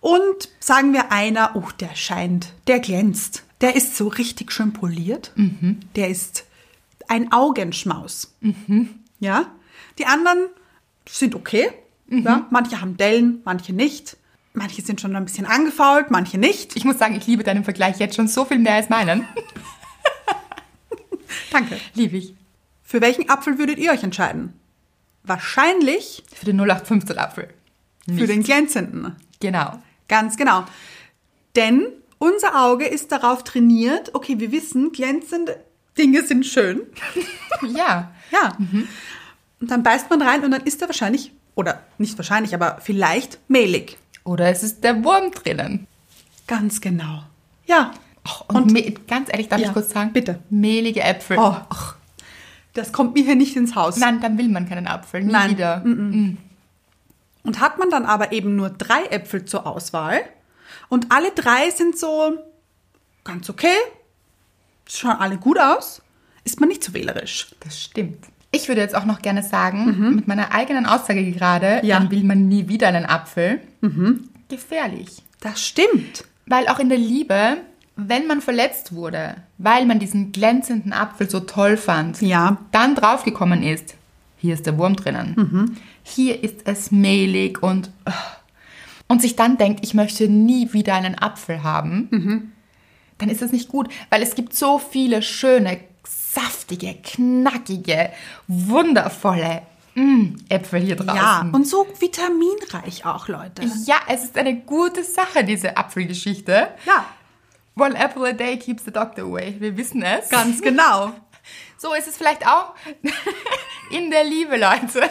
Speaker 1: und sagen wir einer, oh, der scheint, der glänzt, der ist so richtig schön poliert, der ist ein Augenschmaus. Ja, die anderen sind okay. Ja? Manche haben Dellen, manche nicht. Manche sind schon ein bisschen angefault, manche nicht.
Speaker 2: ich muss sagen, ich liebe deinen Vergleich jetzt schon so viel mehr als meinen.
Speaker 1: [LAUGHS] Danke.
Speaker 2: Liebe ich.
Speaker 1: Für welchen Apfel würdet ihr euch entscheiden? Wahrscheinlich
Speaker 2: Für den 0815 Apfel.
Speaker 1: für den glänzenden.
Speaker 2: Genau.
Speaker 1: Ganz genau. Denn unser Auge ist darauf trainiert, okay, wir wissen, glänzende Dinge sind schön.
Speaker 2: Ja.
Speaker 1: Ja. Und dann beißt man rein und dann ist er wahrscheinlich, oder nicht wahrscheinlich, aber vielleicht mehlig.
Speaker 2: Oder es ist der Wurm drinnen.
Speaker 1: Ganz genau. Ja.
Speaker 2: Och, und me- ganz ehrlich, darf
Speaker 1: Ja,
Speaker 2: ich kurz sagen?
Speaker 1: bitte.
Speaker 2: Mehlige Äpfel.
Speaker 1: Oh, ach, das kommt mir hier nicht ins Haus.
Speaker 2: Nein, dann will man keinen Apfel. Nie
Speaker 1: Nein.
Speaker 2: wieder.
Speaker 1: Und hat man dann aber eben nur drei Äpfel zur Auswahl und alle drei sind so ganz okay, schauen alle gut aus, ist man nicht so wählerisch.
Speaker 2: Das stimmt. Ich würde jetzt auch noch gerne sagen, mit meiner eigenen Aussage gerade,
Speaker 1: Mhm. Ja. Mhm.
Speaker 2: dann will man nie wieder einen Apfel. Gefährlich.
Speaker 1: Das stimmt.
Speaker 2: Weil auch in der Liebe, wenn man verletzt wurde, weil man diesen glänzenden Apfel so toll fand,
Speaker 1: Ja.
Speaker 2: dann draufgekommen ist, hier ist der Wurm drinnen.
Speaker 1: Mhm.
Speaker 2: Hier ist es mehlig und ugh. und sich dann denkt, ich möchte nie wieder
Speaker 1: Mhm.
Speaker 2: einen Apfel haben, dann ist das nicht gut, weil es gibt so viele schöne, saftige, knackige, wundervolle mm, Äpfel hier draußen.
Speaker 1: Ja, und so vitaminreich auch, Leute.
Speaker 2: Ja, es ist eine gute Sache, diese Apfelgeschichte.
Speaker 1: Ja,
Speaker 2: One apple a day keeps the doctor away. Wir wissen es.
Speaker 1: ganz genau.
Speaker 2: So ist es vielleicht auch [LAUGHS] in der Liebe, Leute.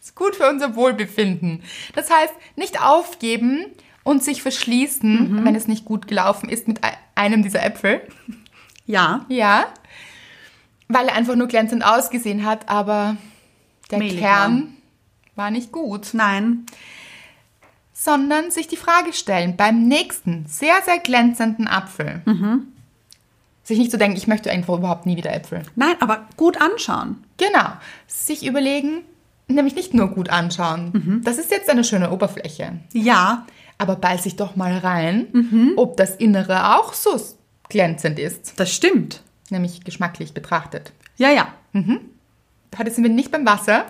Speaker 2: Ist gut für unser Wohlbefinden. Das heißt, nicht aufgeben und sich
Speaker 1: Mhm.
Speaker 2: verschließen, wenn es nicht gut gelaufen ist mit ei- einem dieser Äpfel.
Speaker 1: Ja,
Speaker 2: Ja. Weil er einfach nur glänzend ausgesehen hat, aber der
Speaker 1: Mehlig
Speaker 2: Kern war nicht gut.
Speaker 1: nein,
Speaker 2: Sondern sich die Frage stellen, beim nächsten sehr, sehr glänzenden Apfel. Sich nicht zu denken, ich möchte irgendwo überhaupt nie wieder Äpfel.
Speaker 1: nein, aber gut anschauen.
Speaker 2: Genau. Sich überlegen, nämlich nicht nur gut anschauen. Das ist jetzt eine schöne Oberfläche.
Speaker 1: Ja,
Speaker 2: Aber beiß ich doch mal rein, ob das Innere auch so glänzend ist.
Speaker 1: das stimmt.
Speaker 2: Nämlich geschmacklich betrachtet.
Speaker 1: Ja, ja,
Speaker 2: Heute sind wir nicht beim Wasser,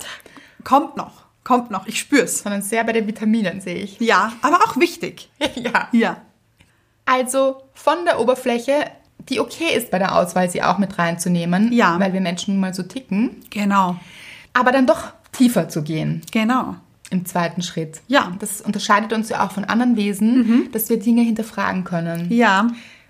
Speaker 1: kommt noch, kommt noch, ich spür's.
Speaker 2: sondern sehr bei den Vitaminen, sehe ich. [LAUGHS]
Speaker 1: Ja, aber auch wichtig.
Speaker 2: ja.
Speaker 1: Ja,
Speaker 2: Also von der Oberfläche, die okay ist bei der Auswahl, sie auch mit reinzunehmen,
Speaker 1: Ja.
Speaker 2: weil wir Menschen nun mal so ticken,
Speaker 1: genau,
Speaker 2: aber dann doch tiefer zu gehen.
Speaker 1: genau.
Speaker 2: Im zweiten Schritt.
Speaker 1: Ja. Mhm.
Speaker 2: Das unterscheidet uns ja auch von anderen Wesen, dass wir Dinge hinterfragen können.
Speaker 1: Ja,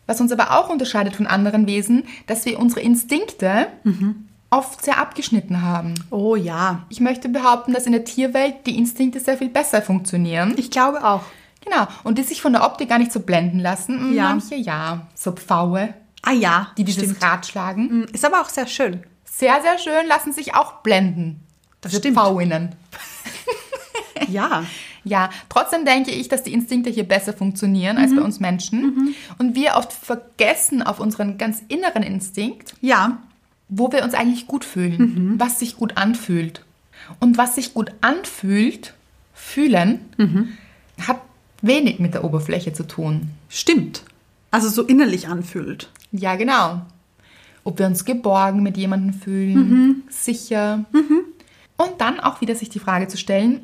Speaker 2: Was uns aber auch unterscheidet von anderen Wesen, dass wir unsere Instinkte
Speaker 1: Mhm.
Speaker 2: oft sehr abgeschnitten haben.
Speaker 1: oh ja,
Speaker 2: Ich möchte behaupten, dass in der Tierwelt die Instinkte sehr viel besser funktionieren.
Speaker 1: ich glaube auch.
Speaker 2: Genau. Und die sich von der Optik gar nicht so blenden lassen.
Speaker 1: Ja.
Speaker 2: Manche ja. So Pfaue,
Speaker 1: Ah ja,
Speaker 2: die dieses Rad schlagen.
Speaker 1: Ist aber auch sehr schön.
Speaker 2: Sehr, sehr schön, lassen sich auch blenden.
Speaker 1: Das
Speaker 2: Diese
Speaker 1: stimmt.
Speaker 2: Pfauinnen.
Speaker 1: Ja,
Speaker 2: Ja, trotzdem denke ich, dass die Instinkte hier besser funktionieren
Speaker 1: Mhm.
Speaker 2: als bei uns Menschen. Und wir oft vergessen auf unseren ganz inneren Instinkt,
Speaker 1: ja,
Speaker 2: wo wir uns eigentlich gut fühlen,
Speaker 1: Mhm.
Speaker 2: was sich gut anfühlt. Und was sich gut anfühlt, fühlen,
Speaker 1: Mhm.
Speaker 2: hat wenig mit der Oberfläche zu tun.
Speaker 1: stimmt. Also so innerlich anfühlt.
Speaker 2: Ja, genau. Ob wir uns geborgen mit jemandem fühlen, sicher. Und dann auch wieder sich die Frage zu stellen,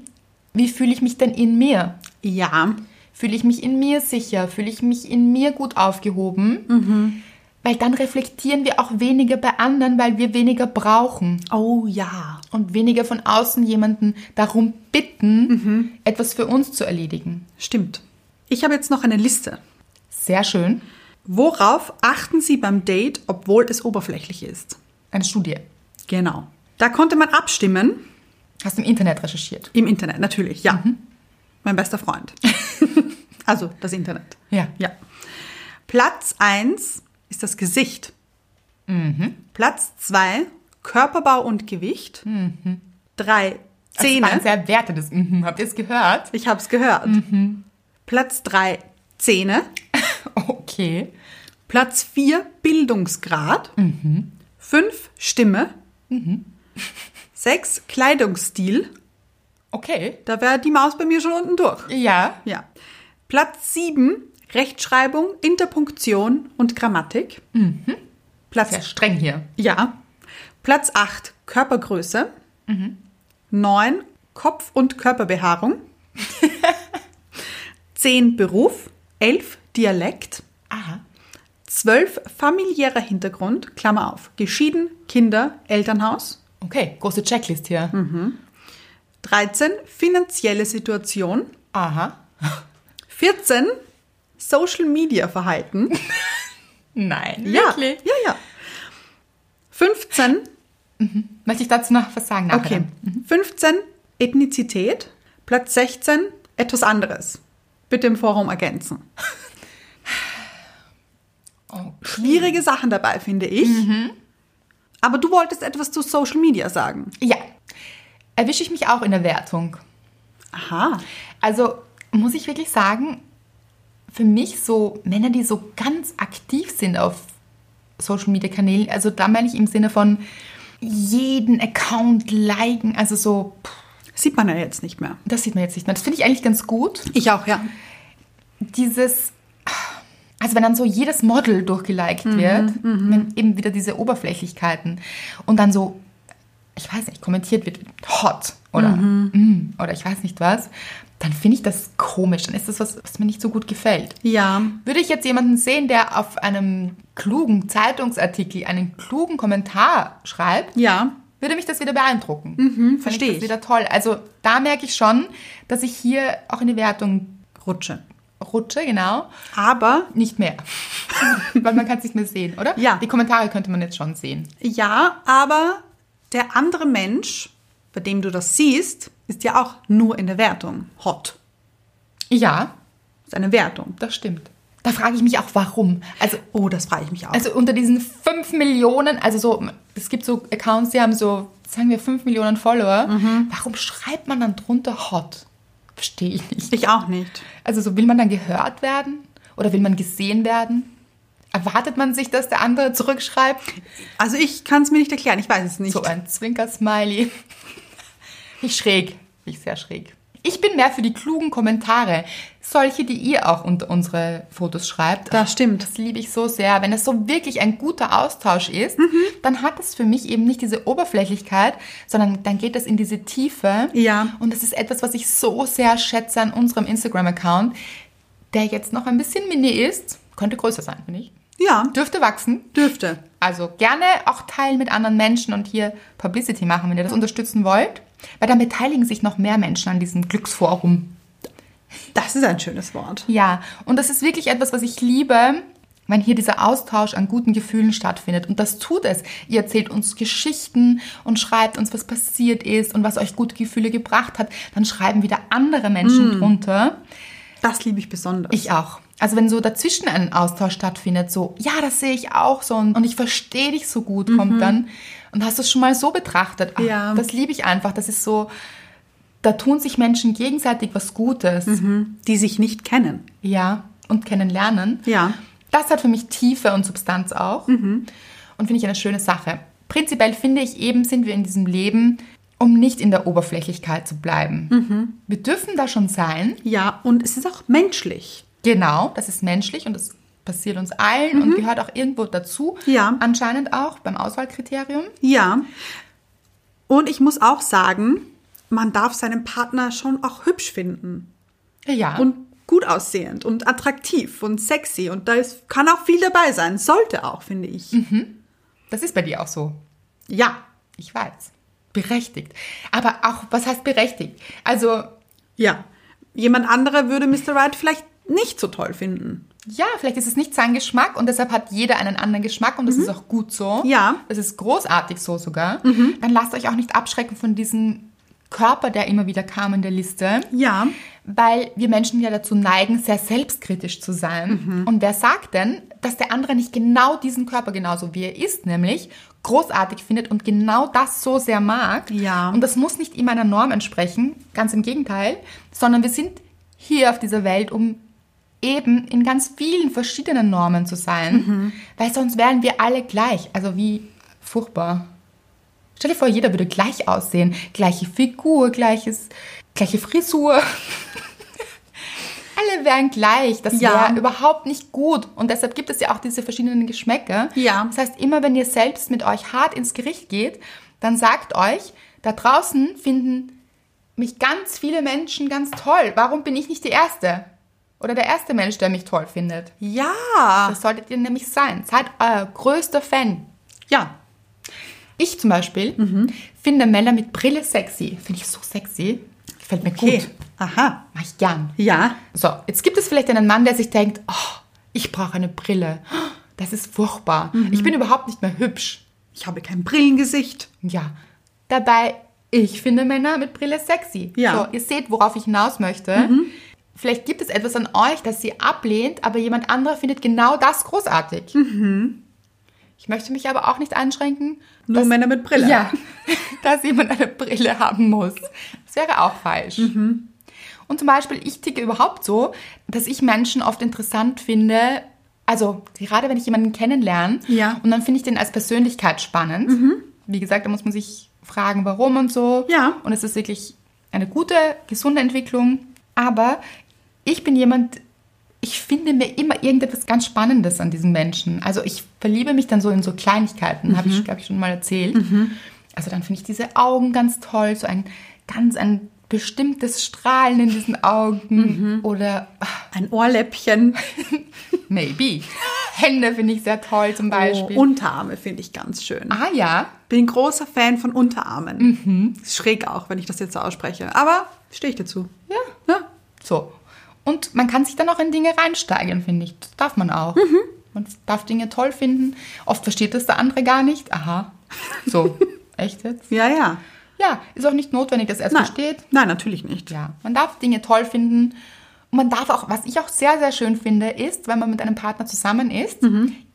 Speaker 2: wie fühle ich mich denn in mir?
Speaker 1: Ja,
Speaker 2: Fühle ich mich in mir sicher? Fühle ich mich in mir gut aufgehoben? Weil dann reflektieren wir auch weniger bei anderen, weil wir weniger brauchen
Speaker 1: oh ja.
Speaker 2: und weniger von außen jemanden darum bitten, etwas für uns zu erledigen.
Speaker 1: Stimmt. Ich habe jetzt noch eine Liste.
Speaker 2: Sehr schön.
Speaker 1: Worauf achten Sie beim Date, obwohl es oberflächlich ist?
Speaker 2: Eine Studie.
Speaker 1: Genau. Da konnte man abstimmen.
Speaker 2: Hast du im Internet recherchiert?
Speaker 1: Im Internet, natürlich, ja. Mein bester Freund. also das Internet.
Speaker 2: Ja.
Speaker 1: Ja. Platz 1 ist das Gesicht. Platz 2 Körperbau und Gewicht. 3
Speaker 2: Das war ein
Speaker 1: Zähne.
Speaker 2: sehr wertetes. Mhm. Habt ihr es gehört?
Speaker 1: Ich habe es gehört. Platz 3 Zähne.
Speaker 2: Okay.
Speaker 1: Platz 4 Bildungsgrad. 5 Stimme. 6 Kleidungsstil.
Speaker 2: Okay.
Speaker 1: Da wäre die Maus bei mir schon unten durch.
Speaker 2: Ja.
Speaker 1: Ja. Platz 7 Rechtschreibung, Interpunktion und Grammatik. Platz,
Speaker 2: Sehr streng hier.
Speaker 1: ja. Platz 8 Körpergröße. 9 Kopf- und Körperbehaarung. 10 Beruf. 11 Dialekt.
Speaker 2: Aha.
Speaker 1: 12 familiärer Hintergrund, Klammer auf, geschieden, Kinder, Elternhaus.
Speaker 2: Okay. Große Checklist hier.
Speaker 1: Hm. 13 finanzielle Situation.
Speaker 2: Aha.
Speaker 1: 14 Social Media Verhalten.
Speaker 2: Nein.
Speaker 1: Ja,
Speaker 2: Wirklich?
Speaker 1: ja, ja. 15,
Speaker 2: Möchte ich dazu noch was sagen? Nachher
Speaker 1: okay.
Speaker 2: dann?
Speaker 1: 15 Ethnizität. Platz 16 etwas anderes. Bitte im Forum ergänzen.
Speaker 2: Oh.
Speaker 1: Schwierige Sachen dabei, finde ich. Aber du wolltest etwas zu Social Media sagen.
Speaker 2: Ja. Erwische ich mich auch in der Wertung.
Speaker 1: Aha.
Speaker 2: Also muss ich wirklich sagen, für mich so Männer, die so ganz aktiv sind auf Social Media Kanälen, also da meine ich im Sinne von jeden Account liken, also so, pff,
Speaker 1: Sieht man ja jetzt nicht mehr.
Speaker 2: das sieht man jetzt nicht mehr. Das finde ich eigentlich ganz gut.
Speaker 1: Ich auch, ja.
Speaker 2: Dieses, also wenn dann so jedes Model durchgeliked
Speaker 1: Mhm,
Speaker 2: wird, wenn eben wieder diese Oberflächlichkeiten und dann so,
Speaker 1: Mhm.
Speaker 2: ich weiß nicht, kommentiert wird, hot oder mm, oder ich weiß nicht was, dann finde ich das komisch. Dann ist das was, was mir nicht so gut gefällt.
Speaker 1: Ja.
Speaker 2: Würde ich jetzt jemanden sehen, der auf einem klugen Zeitungsartikel einen klugen Kommentar schreibt,
Speaker 1: Ja.
Speaker 2: würde mich das wieder beeindrucken. Fände
Speaker 1: Mhm, verstehe
Speaker 2: ich.
Speaker 1: ich.
Speaker 2: Das wieder toll. Also da merke ich schon, dass ich hier auch in die Wertung
Speaker 1: Rutsche.
Speaker 2: rutsche, genau.
Speaker 1: Aber
Speaker 2: Nicht mehr. Weil man kann es nicht mehr sehen, oder?
Speaker 1: Ja.
Speaker 2: Die Kommentare könnte man jetzt schon sehen.
Speaker 1: ja, aber der andere Mensch, bei dem du das siehst, ist ja auch nur in der Wertung hot.
Speaker 2: Ja,
Speaker 1: Ist eine Wertung.
Speaker 2: das stimmt. Da frage ich mich auch, warum. Also,
Speaker 1: Oh, das frage ich mich auch.
Speaker 2: also unter diesen 5 Millionen, also so, es gibt so Accounts, die haben so, sagen wir, 5 Millionen Follower. Warum schreibt man dann drunter hot? Verstehe ich nicht.
Speaker 1: ich auch nicht.
Speaker 2: Also so will man dann gehört werden oder will man gesehen werden? Erwartet man sich, dass der andere zurückschreibt?
Speaker 1: Also ich kann es mir nicht erklären, ich weiß es nicht.
Speaker 2: So ein Zwinker-Smiley. Ich schräg, ich sehr schräg. Ich bin mehr für die klugen Kommentare, solche, die ihr auch unter unsere Fotos schreibt.
Speaker 1: Das stimmt.
Speaker 2: Das liebe ich so sehr. Wenn es so wirklich ein guter Austausch ist,
Speaker 1: Mhm.
Speaker 2: dann hat es für mich eben nicht diese Oberflächlichkeit, sondern dann geht es in diese Tiefe.
Speaker 1: Ja.
Speaker 2: Und das ist etwas, was ich so sehr schätze an unserem Instagram-Account, der jetzt noch ein bisschen mini ist. Könnte größer sein, finde ich.
Speaker 1: Ja,
Speaker 2: Dürfte wachsen.
Speaker 1: dürfte.
Speaker 2: Also gerne auch teilen mit anderen Menschen und hier Publicity machen, wenn ihr das unterstützen wollt. Weil dann beteiligen sich noch mehr Menschen an diesem Glücksforum.
Speaker 1: Das ist ein schönes Wort.
Speaker 2: Ja, und das ist wirklich etwas, was ich liebe, wenn hier dieser Austausch an guten Gefühlen stattfindet. Und das tut es. Ihr erzählt uns Geschichten und schreibt uns, was passiert ist und was euch gute Gefühle gebracht hat. Dann schreiben wieder andere Menschen drunter.
Speaker 1: Das liebe ich besonders.
Speaker 2: Ich auch. Also wenn so dazwischen ein Austausch stattfindet, so, ja, das sehe ich auch so und, und ich verstehe dich so gut, kommt dann. Und hast du es schon mal so betrachtet? Ach,
Speaker 1: Mhm. Ja.
Speaker 2: Das liebe ich einfach. Das ist so, da tun sich Menschen gegenseitig was Gutes.
Speaker 1: die sich nicht kennen.
Speaker 2: Ja. Und kennenlernen.
Speaker 1: Ja. Mhm.
Speaker 2: Das hat für mich Tiefe und Substanz auch. Und finde ich eine schöne Sache. Prinzipiell finde ich eben, sind wir in diesem Leben, um nicht in der Oberflächlichkeit zu bleiben.
Speaker 1: Mhm.
Speaker 2: Wir dürfen da schon sein.
Speaker 1: Ja, und es ist auch menschlich.
Speaker 2: Genau, das ist menschlich und das passiert uns allen und gehört auch irgendwo dazu.
Speaker 1: Mhm. Ja.
Speaker 2: Anscheinend auch beim Auswahlkriterium.
Speaker 1: Ja. Und ich muss auch sagen, man darf seinen Partner schon auch hübsch finden
Speaker 2: Ja. Und
Speaker 1: und gut aussehend und attraktiv und sexy und da ist, kann auch viel dabei sein. Sollte auch, finde ich.
Speaker 2: das ist bei dir auch so.
Speaker 1: Ja.
Speaker 2: Ich weiß. Berechtigt. Aber auch, was heißt berechtigt? Also,
Speaker 1: Ja. Jemand anderer würde Mr. Right vielleicht nicht so toll finden.
Speaker 2: ja, vielleicht ist es nicht sein Geschmack und deshalb hat jeder einen anderen Geschmack und das ist auch gut so.
Speaker 1: Mhm. Ja. Mhm.
Speaker 2: Das ist großartig so sogar. Dann lasst euch auch nicht abschrecken von diesem Körper, der immer wieder kam in der Liste.
Speaker 1: Ja.
Speaker 2: Weil wir Menschen ja dazu neigen, sehr selbstkritisch zu sein. Und wer sagt denn, dass der andere nicht genau diesen Körper genauso wie er ist, nämlich großartig findet und genau das so sehr mag?
Speaker 1: Ja.
Speaker 2: Und das muss nicht immer einer Norm entsprechen, ganz im Gegenteil, sondern wir sind hier auf dieser Welt, um eben in ganz vielen verschiedenen Normen zu sein, weil sonst wären wir alle gleich. Also wie furchtbar. Stell dir vor, jeder würde gleich aussehen. Gleiche Figur, gleiches, gleiche Frisur. [LAUGHS] Alle wären gleich. Das
Speaker 1: Ja.
Speaker 2: wäre überhaupt nicht gut. Und deshalb gibt es ja auch diese verschiedenen Geschmäcker.
Speaker 1: Ja.
Speaker 2: Das heißt, immer wenn ihr selbst mit euch hart ins Gericht geht, dann sagt euch, da draußen finden mich ganz viele Menschen ganz toll. Warum bin ich nicht die Erste? Oder der erste Mensch, der mich toll findet.
Speaker 1: Ja.
Speaker 2: Das solltet ihr nämlich sein. Seid euer größter Fan.
Speaker 1: Ja.
Speaker 2: Ich zum Beispiel
Speaker 1: Mhm.
Speaker 2: finde Männer mit Brille sexy. Finde ich so sexy. Gefällt mir
Speaker 1: Okay.
Speaker 2: gut.
Speaker 1: Aha.
Speaker 2: Mach ich gern.
Speaker 1: Ja.
Speaker 2: So, jetzt gibt es vielleicht einen Mann, der sich denkt, oh, ich brauche eine Brille. Das ist furchtbar.
Speaker 1: Mhm.
Speaker 2: Ich bin überhaupt nicht mehr hübsch.
Speaker 1: Ich habe kein Brillengesicht.
Speaker 2: Ja. Dabei, ich finde Männer mit Brille sexy.
Speaker 1: Ja. Mhm.
Speaker 2: So, ihr seht, worauf ich hinaus möchte. Vielleicht gibt es etwas an euch, das ihr ablehnt, aber jemand anderer findet genau das großartig. Ich möchte mich aber auch nicht einschränken,
Speaker 1: Mhm. Nur Männer mit Brille.
Speaker 2: ja, [LAUGHS] dass jemand eine Brille haben muss. Das wäre auch falsch. Und zum Beispiel, ich ticke überhaupt so, dass ich Menschen oft interessant finde, also gerade wenn ich jemanden kennenlerne
Speaker 1: Ja.
Speaker 2: und dann finde ich den als Persönlichkeit spannend. Wie gesagt, da muss man sich fragen, warum und so.
Speaker 1: Mhm. Ja.
Speaker 2: Und es ist wirklich eine gute, gesunde Entwicklung. Aber ich bin jemand, ich finde mir immer irgendetwas ganz Spannendes an diesen Menschen. Also ich verliebe mich dann so in so Kleinigkeiten, habe
Speaker 1: Mhm.
Speaker 2: ich, glaube ich, schon mal erzählt. Also dann finde ich diese Augen ganz toll, so ein ganz ein bestimmtes Strahlen in diesen
Speaker 1: Mhm.
Speaker 2: Augen oder
Speaker 1: Ein Ohrläppchen.
Speaker 2: maybe. Hände finde ich sehr toll zum Beispiel.
Speaker 1: Oh, Unterarme finde ich ganz schön.
Speaker 2: ah Mhm. ja,
Speaker 1: Bin ein großer Fan von Unterarmen. Ist Schräg auch, wenn ich das jetzt so ausspreche. Aber stehe ich dazu. Ne?
Speaker 2: Ja.
Speaker 1: Ja.
Speaker 2: so. Und man kann sich dann auch in Dinge reinsteigern, finde ich. Das darf man auch. Man darf Dinge toll finden. Oft versteht das der andere gar nicht. Aha. So, echt jetzt?
Speaker 1: Ja, ja.
Speaker 2: Ja, ist auch nicht notwendig, dass er es
Speaker 1: Nein.
Speaker 2: versteht.
Speaker 1: Nein, natürlich nicht.
Speaker 2: Ja, man darf Dinge toll finden. Und man darf auch, was ich auch sehr, sehr schön finde, ist, wenn man mit einem Partner zusammen ist,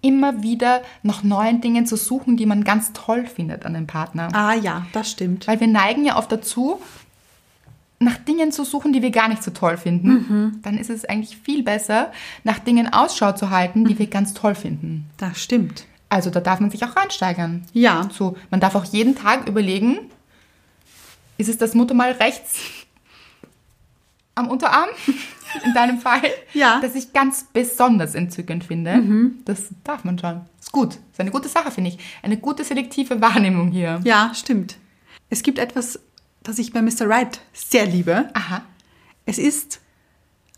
Speaker 2: immer wieder nach neuen Dingen zu suchen, die man ganz toll findet an dem Partner.
Speaker 1: Ah ja, das stimmt.
Speaker 2: Weil wir neigen ja oft dazu, nach Dingen zu suchen, die wir gar nicht so toll finden.
Speaker 1: Mhm.
Speaker 2: Dann ist es eigentlich viel besser, nach Dingen Ausschau zu halten,
Speaker 1: Mhm.
Speaker 2: die wir ganz toll finden.
Speaker 1: Das stimmt.
Speaker 2: Also da darf man sich auch reinsteigern.
Speaker 1: Ja.
Speaker 2: So, man darf auch jeden Tag überlegen, ist es das Muttermal rechts am
Speaker 1: [LAUGHS]
Speaker 2: Unterarm, in deinem Fall,
Speaker 1: Ja. Mhm.
Speaker 2: das ich ganz besonders entzückend finde. Das darf man schon. Ist gut. Ist eine gute Sache, finde ich. Eine gute selektive Wahrnehmung hier.
Speaker 1: Ja, stimmt. Es gibt etwas, das ich bei Mr. Right sehr liebe.
Speaker 2: Aha.
Speaker 1: Es ist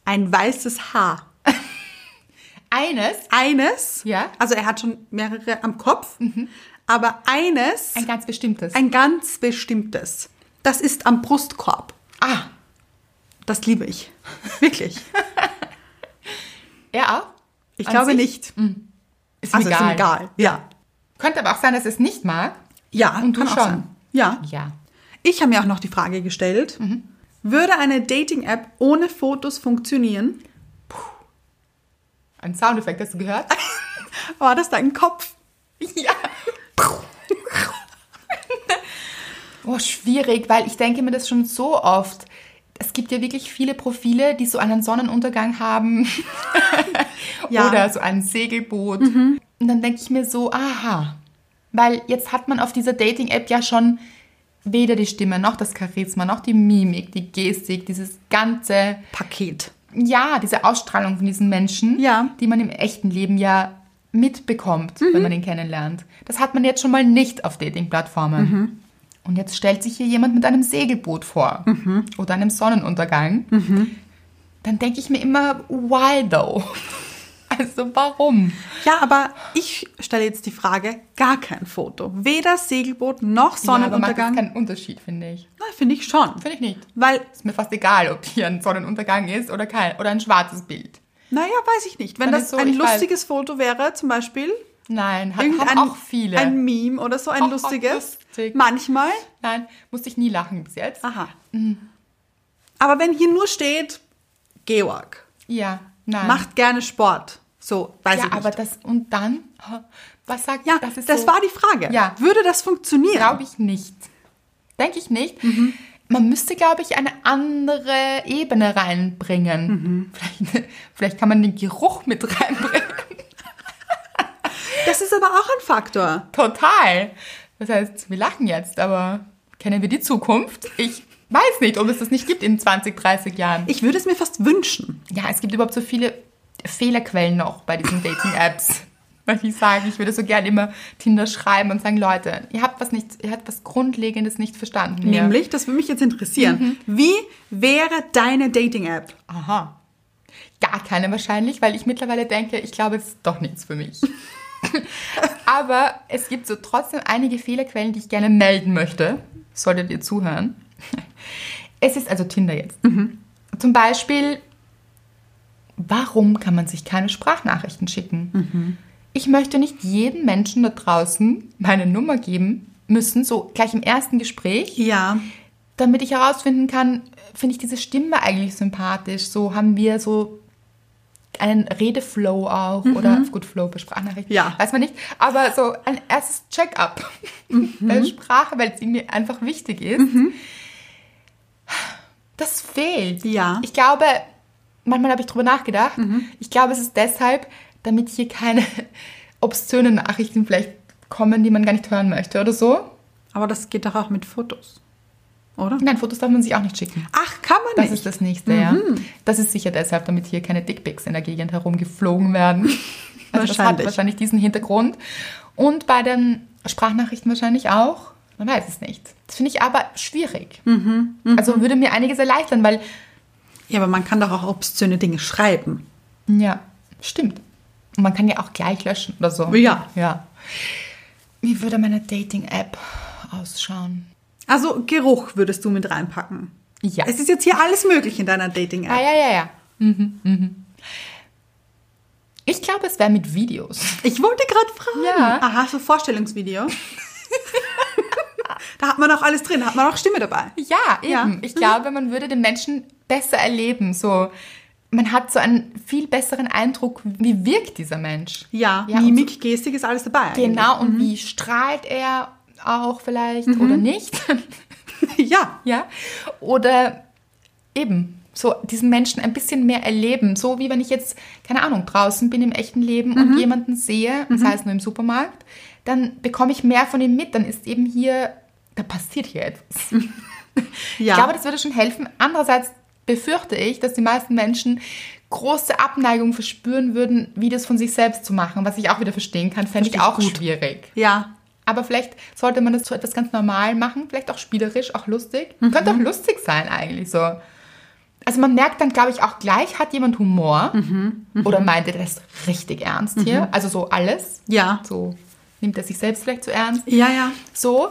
Speaker 1: ein weißes Haar.
Speaker 2: Eines
Speaker 1: Eines,
Speaker 2: Ja. Mhm.
Speaker 1: also er hat schon mehrere am Kopf, aber eines,
Speaker 2: Ein
Speaker 1: ein,
Speaker 2: ganz bestimmtes.
Speaker 1: ganz bestimmtes. Das ist am Brustkorb.
Speaker 2: ah,
Speaker 1: Das liebe ich.
Speaker 2: [LAUGHS]
Speaker 1: Wirklich.
Speaker 2: er auch?
Speaker 1: Ich
Speaker 2: An
Speaker 1: glaube
Speaker 2: sich? Mhm.
Speaker 1: nicht.
Speaker 2: Ist
Speaker 1: Also
Speaker 2: also egal.
Speaker 1: ist egal. Ja.
Speaker 2: Könnte aber auch sein, dass er es nicht mag.
Speaker 1: Ja,
Speaker 2: Und du
Speaker 1: kann auch
Speaker 2: schon.
Speaker 1: sein. Ja.
Speaker 2: Ja.
Speaker 1: Ich habe mir auch noch die Frage gestellt,
Speaker 2: Mhm.
Speaker 1: würde eine Dating-App ohne Fotos funktionieren?
Speaker 2: Ein Soundeffekt, hast du [LAUGHS] gehört?
Speaker 1: War das dein Kopf?
Speaker 2: ja. oh, schwierig, weil ich denke mir das schon so oft. Es gibt ja wirklich viele Profile, die so einen Sonnenuntergang haben
Speaker 1: Ja.
Speaker 2: [LAUGHS] oder so ein Segelboot. Und dann denke ich mir so, aha, weil jetzt hat man auf dieser Dating-App ja schon weder die Stimme noch das Charisma noch die Mimik, die Gestik, dieses ganze
Speaker 1: Paket.
Speaker 2: ja, diese Ausstrahlung von diesen Menschen,
Speaker 1: Ja. Mhm.
Speaker 2: die man im echten Leben ja mitbekommt, wenn man ihn kennenlernt. Das hat man jetzt schon mal nicht auf Dating-Plattformen.
Speaker 1: Mhm.
Speaker 2: Und jetzt stellt sich hier jemand mit einem Segelboot vor
Speaker 1: Mhm.
Speaker 2: oder einem Sonnenuntergang. Dann denke ich mir immer, why though? [LAUGHS] Also warum?
Speaker 1: Ja, aber ich stelle jetzt die Frage, gar kein Foto. Weder Segelboot noch
Speaker 2: Ja, aber
Speaker 1: Sonnenuntergang.
Speaker 2: macht das keinen Unterschied, finde ich.
Speaker 1: Na, finde ich schon.
Speaker 2: Finde ich nicht.
Speaker 1: Weil,
Speaker 2: Ist mir fast egal, ob hier ein Sonnenuntergang ist oder kein oder ein schwarzes Bild.
Speaker 1: naja, weiß ich nicht. Wenn
Speaker 2: Dann
Speaker 1: das
Speaker 2: ist so,
Speaker 1: ein
Speaker 2: ich weiß.
Speaker 1: lustiges Foto wäre, zum Beispiel
Speaker 2: Nein, hat,
Speaker 1: irgendein
Speaker 2: haben auch viele.
Speaker 1: ein Meme oder so, ein
Speaker 2: Oh,
Speaker 1: lustiges.
Speaker 2: lustig.
Speaker 1: Manchmal.
Speaker 2: Nein, musste ich nie lachen bis jetzt.
Speaker 1: Aha. Aber wenn hier nur steht, Georg,
Speaker 2: Ja, nein.
Speaker 1: macht gerne Sport. So, weiß
Speaker 2: ja,
Speaker 1: ich nicht.
Speaker 2: aber das und dann, Ha, was sagt
Speaker 1: ja, das,
Speaker 2: das? Ist so,
Speaker 1: war die Frage.
Speaker 2: Ja.
Speaker 1: Würde das funktionieren?
Speaker 2: glaube ich nicht. Denke ich nicht.
Speaker 1: Mhm.
Speaker 2: Man müsste, glaube ich, eine andere Ebene reinbringen.
Speaker 1: Mhm.
Speaker 2: Vielleicht, vielleicht kann man den Geruch mit
Speaker 1: [LAUGHS]
Speaker 2: reinbringen.
Speaker 1: Das ist aber auch ein Faktor.
Speaker 2: Total. Das heißt, wir lachen jetzt, aber kennen wir die Zukunft? Ich weiß nicht, ob es das nicht gibt in 20, 30 Jahren.
Speaker 1: Ich würde es mir fast wünschen.
Speaker 2: Ja, es gibt überhaupt so viele Fehlerquellen noch bei diesen Dating-Apps. Weil ich sage, ich würde so gerne immer Tinder schreiben und sagen, Leute, ihr habt was nicht, ihr habt was Grundlegendes nicht verstanden. hier.
Speaker 1: Nämlich, das würde mich jetzt interessieren.
Speaker 2: Mhm.
Speaker 1: Wie wäre deine Dating-App?
Speaker 2: Aha. Gar keine wahrscheinlich, weil ich mittlerweile denke, ich glaube, es ist doch nichts für mich. Aber es gibt so trotzdem einige Fehlerquellen, die ich gerne melden möchte. Solltet ihr zuhören. Es ist also Tinder jetzt. Zum Beispiel, warum kann man sich keine Sprachnachrichten schicken? Ich möchte nicht jedem Menschen da draußen meine Nummer geben müssen, so gleich im ersten Gespräch
Speaker 1: Ja.
Speaker 2: damit ich herausfinden kann, äh, finde ich diese Stimme eigentlich sympathisch? So haben wir so einen Redeflow auch oder gut Flow bei Sprachnachrichten,
Speaker 1: Mhm. Ja.
Speaker 2: weiß man nicht, aber so ein erstes Check-up [LAUGHS]
Speaker 1: Mhm.
Speaker 2: der Sprache, weil sie mir einfach wichtig ist. Das fehlt.
Speaker 1: Ja. Mhm.
Speaker 2: Ich glaube, manchmal habe ich drüber nachgedacht. Ich glaube, es ist deshalb, damit hier keine [LAUGHS] obszönen Nachrichten vielleicht kommen, die man gar nicht hören möchte oder so.
Speaker 1: Aber das geht doch auch mit Fotos, oder?
Speaker 2: Nein, Fotos darf man sich auch nicht schicken.
Speaker 1: Ach, kann man
Speaker 2: Das
Speaker 1: nicht. Mhm.
Speaker 2: ist das nächste, ja. Das ist sicher deshalb, damit hier keine Dickpics in der Gegend herumgeflogen werden. [LAUGHS] Also Das hat
Speaker 1: Wahrscheinlich.
Speaker 2: wahrscheinlich diesen Hintergrund. Und bei den Sprachnachrichten wahrscheinlich auch. Man weiß es nicht. Das finde ich aber schwierig.
Speaker 1: Mhm,
Speaker 2: Also würde mir einiges erleichtern, weil,
Speaker 1: Ja, aber man kann doch auch obszöne Dinge schreiben.
Speaker 2: ja, stimmt. Und man kann ja auch gleich löschen oder so.
Speaker 1: Ja.
Speaker 2: Ja. Wie würde meine Dating-App ausschauen?
Speaker 1: Also Geruch würdest du mit reinpacken.
Speaker 2: Ja.
Speaker 1: Es ist jetzt hier alles möglich in deiner Dating-App.
Speaker 2: Ah, ja, ja, ja. Mhm, mhm. Ich glaube, es wäre mit Videos.
Speaker 1: Ich wollte gerade fragen.
Speaker 2: Ja.
Speaker 1: Aha, so
Speaker 2: [LAUGHS]
Speaker 1: Vorstellungsvideo. da hat man auch alles drin, da hat man auch Stimme dabei.
Speaker 2: Ja, eben.
Speaker 1: Ja. Mhm.
Speaker 2: Ich glaube, man würde den Menschen besser erleben. So, man hat so einen viel besseren Eindruck, wie wirkt dieser Mensch.
Speaker 1: Ja, mhm.
Speaker 2: und
Speaker 1: Mimik, Gestik ist alles dabei.
Speaker 2: So, genau, und wie strahlt er auch vielleicht
Speaker 1: Mhm.
Speaker 2: oder nicht. [LAUGHS]
Speaker 1: eigentlich. [LAUGHS] Ja.
Speaker 2: ja. Oder eben so diesen Menschen ein bisschen mehr erleben. So wie wenn ich jetzt, keine Ahnung, draußen bin im echten Leben
Speaker 1: Mhm.
Speaker 2: und jemanden sehe, das heißt nur im Supermarkt, dann bekomme ich mehr von ihm mit. Dann ist eben hier, da passiert hier etwas.
Speaker 1: ja.
Speaker 2: Ich glaube, das würde schon helfen. Andererseits befürchte ich, dass die meisten Menschen große Abneigung verspüren würden, Videos von sich selbst zu machen, was ich auch wieder verstehen kann, fände ich
Speaker 1: Verstehe ich
Speaker 2: auch
Speaker 1: gut.
Speaker 2: schwierig.
Speaker 1: ja.
Speaker 2: Aber vielleicht sollte man das zu etwas ganz normal machen, vielleicht auch spielerisch, auch lustig.
Speaker 1: Mhm.
Speaker 2: Könnte auch lustig sein eigentlich so. Also man merkt dann, glaube ich, auch gleich, hat jemand Humor
Speaker 1: Mhm.
Speaker 2: oder meint er das richtig ernst hier? Also so alles.
Speaker 1: Ja.
Speaker 2: So nimmt er sich selbst vielleicht zu ernst.
Speaker 1: Ja, ja.
Speaker 2: So.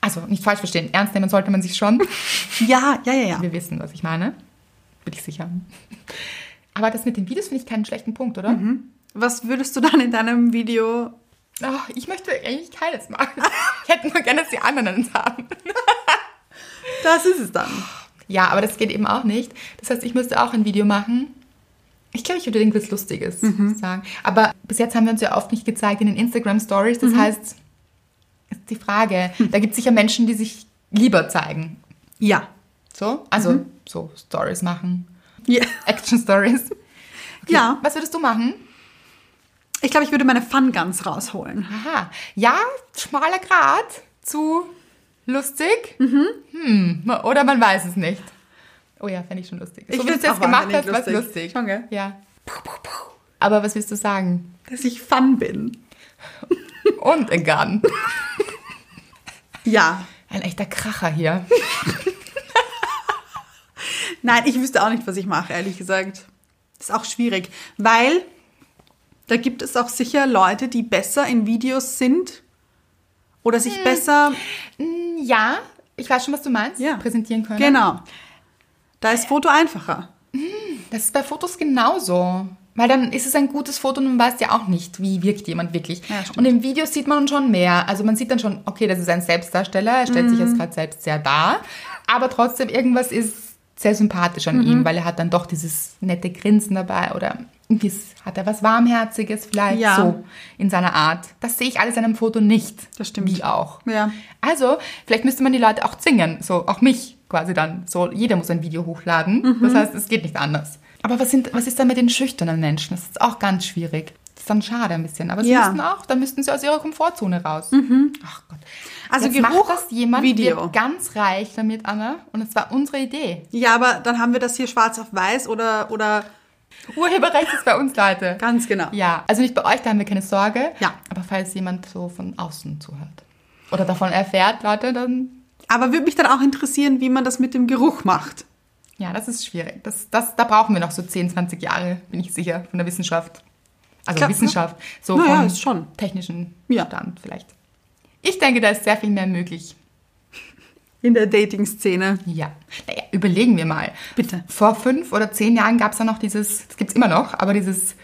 Speaker 2: Also nicht falsch verstehen, ernst nehmen sollte man sich schon.
Speaker 1: Ja, ja, ja, ja.
Speaker 2: Wir wissen, was ich meine. Bin ich sicher. Aber das mit den Videos finde ich keinen schlechten Punkt, oder?
Speaker 1: Was würdest du dann in deinem Video.
Speaker 2: Ah, ich möchte eigentlich keines machen. Ich hätte nur gerne, dass die anderen eins haben.
Speaker 1: Das ist es dann.
Speaker 2: Ja, aber das geht eben auch nicht. Das heißt, ich müsste auch ein Video machen. Ich glaube, ich würde irgendwas Lustiges sagen. Aber bis jetzt haben wir uns ja oft nicht gezeigt in den Instagram-Stories. Das heißt, ist die Frage, da gibt es sicher Menschen, die sich lieber zeigen.
Speaker 1: Ja.
Speaker 2: So? Also, so Stories machen.
Speaker 1: Ja.
Speaker 2: Action-Stories. Okay,
Speaker 1: Ja.
Speaker 2: Was würdest du machen?
Speaker 1: Ich glaube, ich würde meine Fun Guns rausholen.
Speaker 2: Aha. Ja, schmaler Grat zu lustig. Hm. Oder man weiß es nicht. Oh ja, fände ich schon lustig.
Speaker 1: Ich
Speaker 2: so wie du es
Speaker 1: find's
Speaker 2: jetzt
Speaker 1: auch
Speaker 2: gemacht hast,
Speaker 1: wahnsinnig
Speaker 2: war es
Speaker 1: lustig.
Speaker 2: lustig.
Speaker 1: Schon, gell?
Speaker 2: Ja. Aber was willst du sagen?
Speaker 1: Dass ich fun bin.
Speaker 2: Und ein Garten.
Speaker 1: Ja.
Speaker 2: Ein echter Kracher hier.
Speaker 1: Nein, ich wüsste auch nicht, was ich mache, ehrlich gesagt. Ist auch schwierig, weil da gibt es auch sicher Leute, die besser in Videos sind oder sich
Speaker 2: Hm.
Speaker 1: besser.
Speaker 2: Ja, ich weiß schon, was du meinst.
Speaker 1: Ja.
Speaker 2: Präsentieren können.
Speaker 1: Genau. Da ist Foto einfacher.
Speaker 2: Das ist bei Fotos genauso. Weil dann ist es ein gutes Foto und man weiß ja auch nicht, wie wirkt jemand wirklich.
Speaker 1: Ja, stimmt.
Speaker 2: und im Video sieht man schon mehr. Also man sieht dann schon, okay, das ist ein Selbstdarsteller, er stellt sich
Speaker 1: Mhm.
Speaker 2: jetzt gerade selbst sehr dar. Aber trotzdem, irgendwas ist sehr sympathisch an
Speaker 1: Mhm.
Speaker 2: ihm, weil er hat dann doch dieses nette Grinsen dabei oder irgendwie ist- hat er was Warmherziges vielleicht
Speaker 1: Ja.
Speaker 2: so in seiner Art. Das sehe ich alles an einem Foto nicht.
Speaker 1: Das stimmt.
Speaker 2: Wie auch.
Speaker 1: Ja.
Speaker 2: Also, vielleicht müsste man die Leute auch zwingen, so auch mich quasi dann. So, jeder muss ein Video hochladen.
Speaker 1: Mhm.
Speaker 2: Das heißt, es geht nicht anders. Aber was, sind, was ist da mit den schüchternen Menschen? Das ist auch ganz schwierig. Das ist dann schade ein bisschen. Aber sie
Speaker 1: Ja. Mhm.
Speaker 2: müssten auch, da müssten sie aus ihrer Komfortzone raus. Ach Gott.
Speaker 1: Also
Speaker 2: Jetzt macht
Speaker 1: Geruch,
Speaker 2: das jemand
Speaker 1: Video.
Speaker 2: Wird ganz reich damit, Anna. Und es war unsere Idee.
Speaker 1: Ja, aber dann haben wir das hier schwarz auf weiß oder, oder
Speaker 2: Urheberrecht ist bei uns, Leute.
Speaker 1: ganz genau.
Speaker 2: Ja, also nicht bei euch, da haben wir keine Sorge.
Speaker 1: Ja.
Speaker 2: Aber falls jemand so von außen zuhört oder davon erfährt, Leute, dann
Speaker 1: Aber würde mich dann auch interessieren, wie man das mit dem Geruch macht.
Speaker 2: Ja, das ist schwierig. Das, das, da brauchen wir noch so 10, 20 Jahre, bin ich sicher, von der Wissenschaft. Also
Speaker 1: Klar,
Speaker 2: Wissenschaft, so
Speaker 1: Na ja,
Speaker 2: vom
Speaker 1: ist schon.
Speaker 2: technischen
Speaker 1: Ja.
Speaker 2: Stand vielleicht. Ich denke, da ist sehr viel mehr möglich.
Speaker 1: In der Dating-Szene.
Speaker 2: Ja. Naja, überlegen wir mal.
Speaker 1: Bitte.
Speaker 2: Vor fünf oder zehn Jahren gab es ja noch dieses, das gibt es immer noch, aber dieses,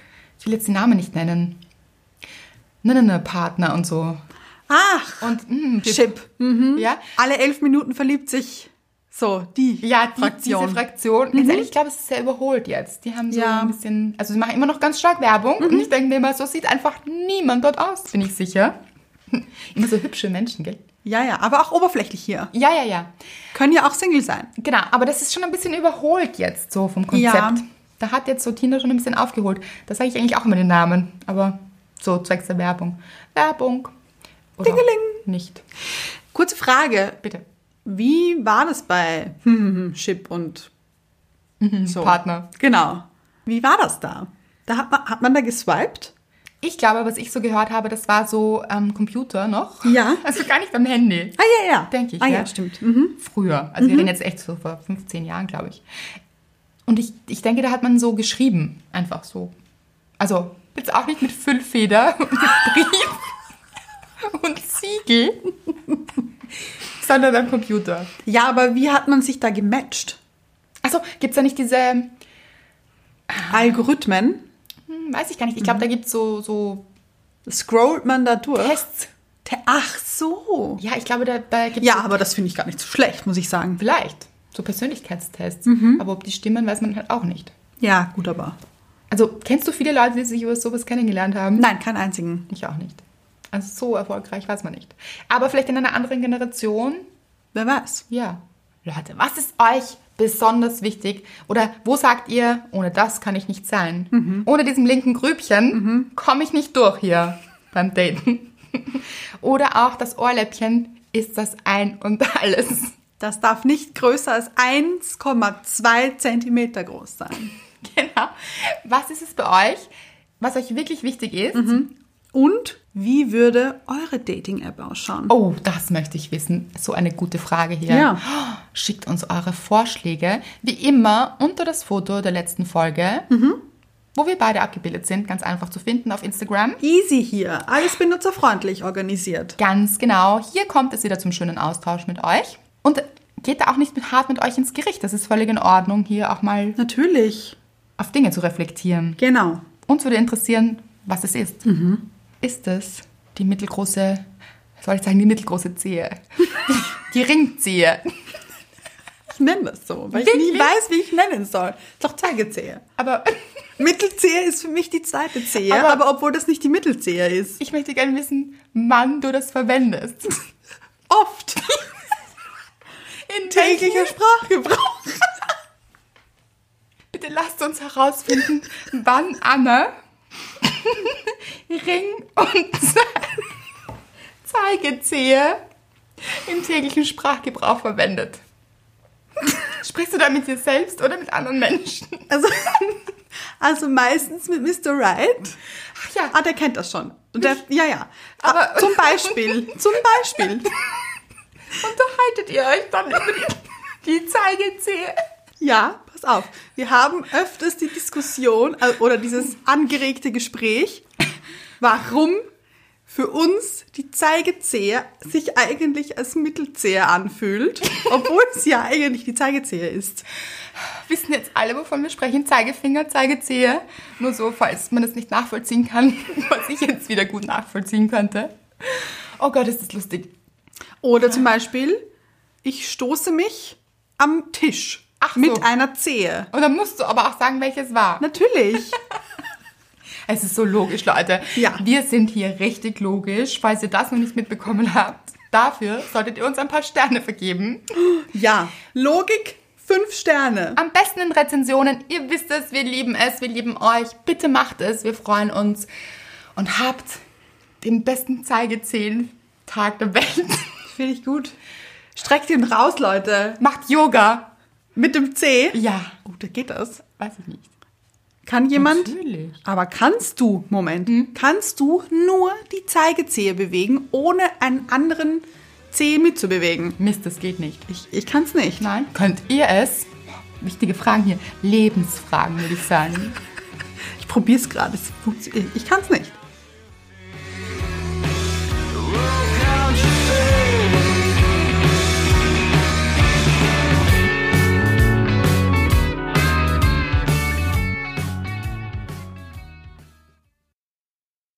Speaker 2: ich will jetzt den Namen nicht nennen. Ne, ne, ne, Partner und so.
Speaker 1: Ach,
Speaker 2: Und mh,
Speaker 1: Chip.
Speaker 2: Ja.
Speaker 1: Alle elf Minuten verliebt sich so die
Speaker 2: Ja, die,
Speaker 1: Fraktion. Mhm.
Speaker 2: diese Fraktion. Ganz ehrlich, ich glaube, es ist sehr überholt jetzt. Die haben so
Speaker 1: Ja. Mhm.
Speaker 2: ein bisschen, also sie machen immer noch ganz stark Werbung. Und ich denke mir immer, so sieht einfach niemand dort aus, bin ich sicher. [LAUGHS] Immer so hübsche Menschen, gell?
Speaker 1: ja, ja, aber auch oberflächlich hier.
Speaker 2: Ja, ja, ja.
Speaker 1: Können ja auch Single sein.
Speaker 2: Genau, aber das ist schon ein bisschen überholt jetzt so vom Konzept.
Speaker 1: Ja.
Speaker 2: Da hat jetzt so Tinder schon ein bisschen aufgeholt. Da sage ich eigentlich auch immer den Namen, aber so zwecks der Werbung. Werbung. Oder
Speaker 1: Dingeling.
Speaker 2: Nicht.
Speaker 1: Kurze Frage.
Speaker 2: Bitte.
Speaker 1: Wie war das bei [LAUGHS] hm, hm, hm, Chip und so?
Speaker 2: Partner.
Speaker 1: Genau. Wie war das da? Da hat man, hat man da geswiped?
Speaker 2: Ich glaube, was ich so gehört habe, das war so am Computer noch.
Speaker 1: Ja.
Speaker 2: [LAUGHS] Also gar nicht am Handy.
Speaker 1: Ah ja, ja.
Speaker 2: Denke ich.
Speaker 1: Ah
Speaker 2: ja.
Speaker 1: ja, stimmt. Mhm.
Speaker 2: Früher. Also wir reden jetzt echt so vor 15 Jahren, glaube ich. Und ich, ich denke, da hat man so geschrieben. Einfach so. Also jetzt auch nicht mit Füllfeder [LAUGHS] und mit Brief und Siegel, [LAUGHS] sondern am Computer.
Speaker 1: Ja, aber wie hat man sich da gematcht?
Speaker 2: Also gibt es da nicht diese Ah.
Speaker 1: Algorithmen?
Speaker 2: Hm, Weiß ich gar nicht. Ich glaube, da gibt es so, so
Speaker 1: Scrollt man da durch?
Speaker 2: Tests.
Speaker 1: Te- Ach so.
Speaker 2: Ja, ich glaube, da, da gibt es
Speaker 1: Ja,
Speaker 2: so,
Speaker 1: aber das finde ich gar nicht so schlecht, muss ich sagen.
Speaker 2: vielleicht so Persönlichkeitstests. Aber ob die stimmen, weiß man halt auch nicht.
Speaker 1: Ja, gut, aber.
Speaker 2: Also kennst du viele Leute, die sich über sowas kennengelernt haben?
Speaker 1: Nein, keinen einzigen.
Speaker 2: Ich auch nicht. Also so erfolgreich weiß man nicht. Aber vielleicht in einer anderen Generation,
Speaker 1: Wer weiß.
Speaker 2: ja. Leute, was ist euch besonders wichtig? Oder wo sagt ihr, ohne das kann ich nicht sein? Ohne diesem linken Grübchen komme ich nicht durch hier beim Daten. [LAUGHS] Oder auch das Ohrläppchen ist das ein und [LAUGHS] alles.
Speaker 1: Das darf nicht größer als 1,2 Zentimeter groß sein.
Speaker 2: Genau. Was ist es bei euch, was euch wirklich wichtig ist?
Speaker 1: Und wie würde eure Dating-App ausschauen?
Speaker 2: Oh, das möchte ich wissen. So eine gute Frage hier.
Speaker 1: Ja.
Speaker 2: Schickt uns eure Vorschläge, wie immer, unter das Foto der letzten Folge, wo wir beide abgebildet sind. Ganz einfach zu finden auf Instagram.
Speaker 1: Easy hier. Alles benutzerfreundlich organisiert.
Speaker 2: Ganz genau. Hier kommt es wieder zum schönen Austausch mit euch. Und geht da auch nicht mit hart mit euch ins Gericht. Das ist völlig in Ordnung, hier auch mal
Speaker 1: Natürlich.
Speaker 2: auf Dinge zu reflektieren.
Speaker 1: Genau.
Speaker 2: Uns würde interessieren, was es ist. Ist es die mittelgroße, soll ich sagen, die mittelgroße Zehe? [LAUGHS] die Ringzehe.
Speaker 1: Ich nenne das so, weil ich nie
Speaker 2: Wirklich?
Speaker 1: weiß, wie ich nennen soll. Ist doch Zeigezehe.
Speaker 2: Aber
Speaker 1: Mittelzehe ist für mich die zweite Zehe, aber,
Speaker 2: Aber-
Speaker 1: obwohl das nicht die Mittelzehe ist.
Speaker 2: ich möchte gerne wissen, wann du das verwendest. [LAUGHS]
Speaker 1: Oft.
Speaker 2: In
Speaker 1: Täglicher
Speaker 2: welchen-
Speaker 1: Sprachgebrauch.
Speaker 2: [LAUGHS] Bitte lasst uns herausfinden, wann Anna Ring und [LAUGHS] Ze- Zeigezehe im täglichen Sprachgebrauch verwendet. Sprichst du da mit dir selbst oder mit anderen Menschen?
Speaker 1: Also, also meistens mit Mr. Right.
Speaker 2: Ach ja,
Speaker 1: Ah, der kennt das schon. Und der, ja, ja.
Speaker 2: Aber-
Speaker 1: Aber zum Beispiel, zum Beispiel.
Speaker 2: unterhaltet ihr euch dann über die, die Zeigezehe?
Speaker 1: Ja, pass auf. Wir haben öfters die Diskussion äh, oder dieses angeregte Gespräch, warum für uns die Zeigezehe sich eigentlich als Mittelzehe anfühlt, obwohl es ja eigentlich die Zeigezehe ist.
Speaker 2: Wissen jetzt alle, wovon wir sprechen? Zeigefinger, Zeigezehe. Nur so, falls man das nicht nachvollziehen kann, [LAUGHS] was ich jetzt wieder gut nachvollziehen könnte. Oh Gott, ist das lustig.
Speaker 1: Oder zum Beispiel, ich stoße mich am Tisch
Speaker 2: Ach so.
Speaker 1: mit einer Zehe.
Speaker 2: Und dann musst du aber auch sagen, welches war.
Speaker 1: Natürlich.
Speaker 2: Es ist so logisch, Leute.
Speaker 1: Ja.
Speaker 2: Wir sind hier richtig logisch. Falls ihr das noch nicht mitbekommen habt, dafür solltet ihr uns ein paar Sterne vergeben.
Speaker 1: Ja. Logik, fünf Sterne.
Speaker 2: Am besten in Rezensionen. Ihr wisst es, wir lieben es, wir lieben euch. Bitte macht es, wir freuen uns. Und habt den besten Zeigezehen-Tag der Welt.
Speaker 1: [LAUGHS] Finde ich gut. Streckt ihn raus, Leute.
Speaker 2: Macht Yoga.
Speaker 1: Mit dem C.
Speaker 2: Ja.
Speaker 1: Oh, da geht das.
Speaker 2: Weiß ich nicht.
Speaker 1: Kann jemand?
Speaker 2: Natürlich. Hm?
Speaker 1: Aber kannst du, Moment, kannst du nur die Zeigezehe bewegen, ohne einen anderen Zeh mitzubewegen?
Speaker 2: Mist, das geht nicht.
Speaker 1: Ich, ich kann es nicht.
Speaker 2: Nein. Könnt ihr es? Wichtige Fragen hier. Lebensfragen, würde ich sagen.
Speaker 1: Ich probiere es gerade. Ich kann es nicht.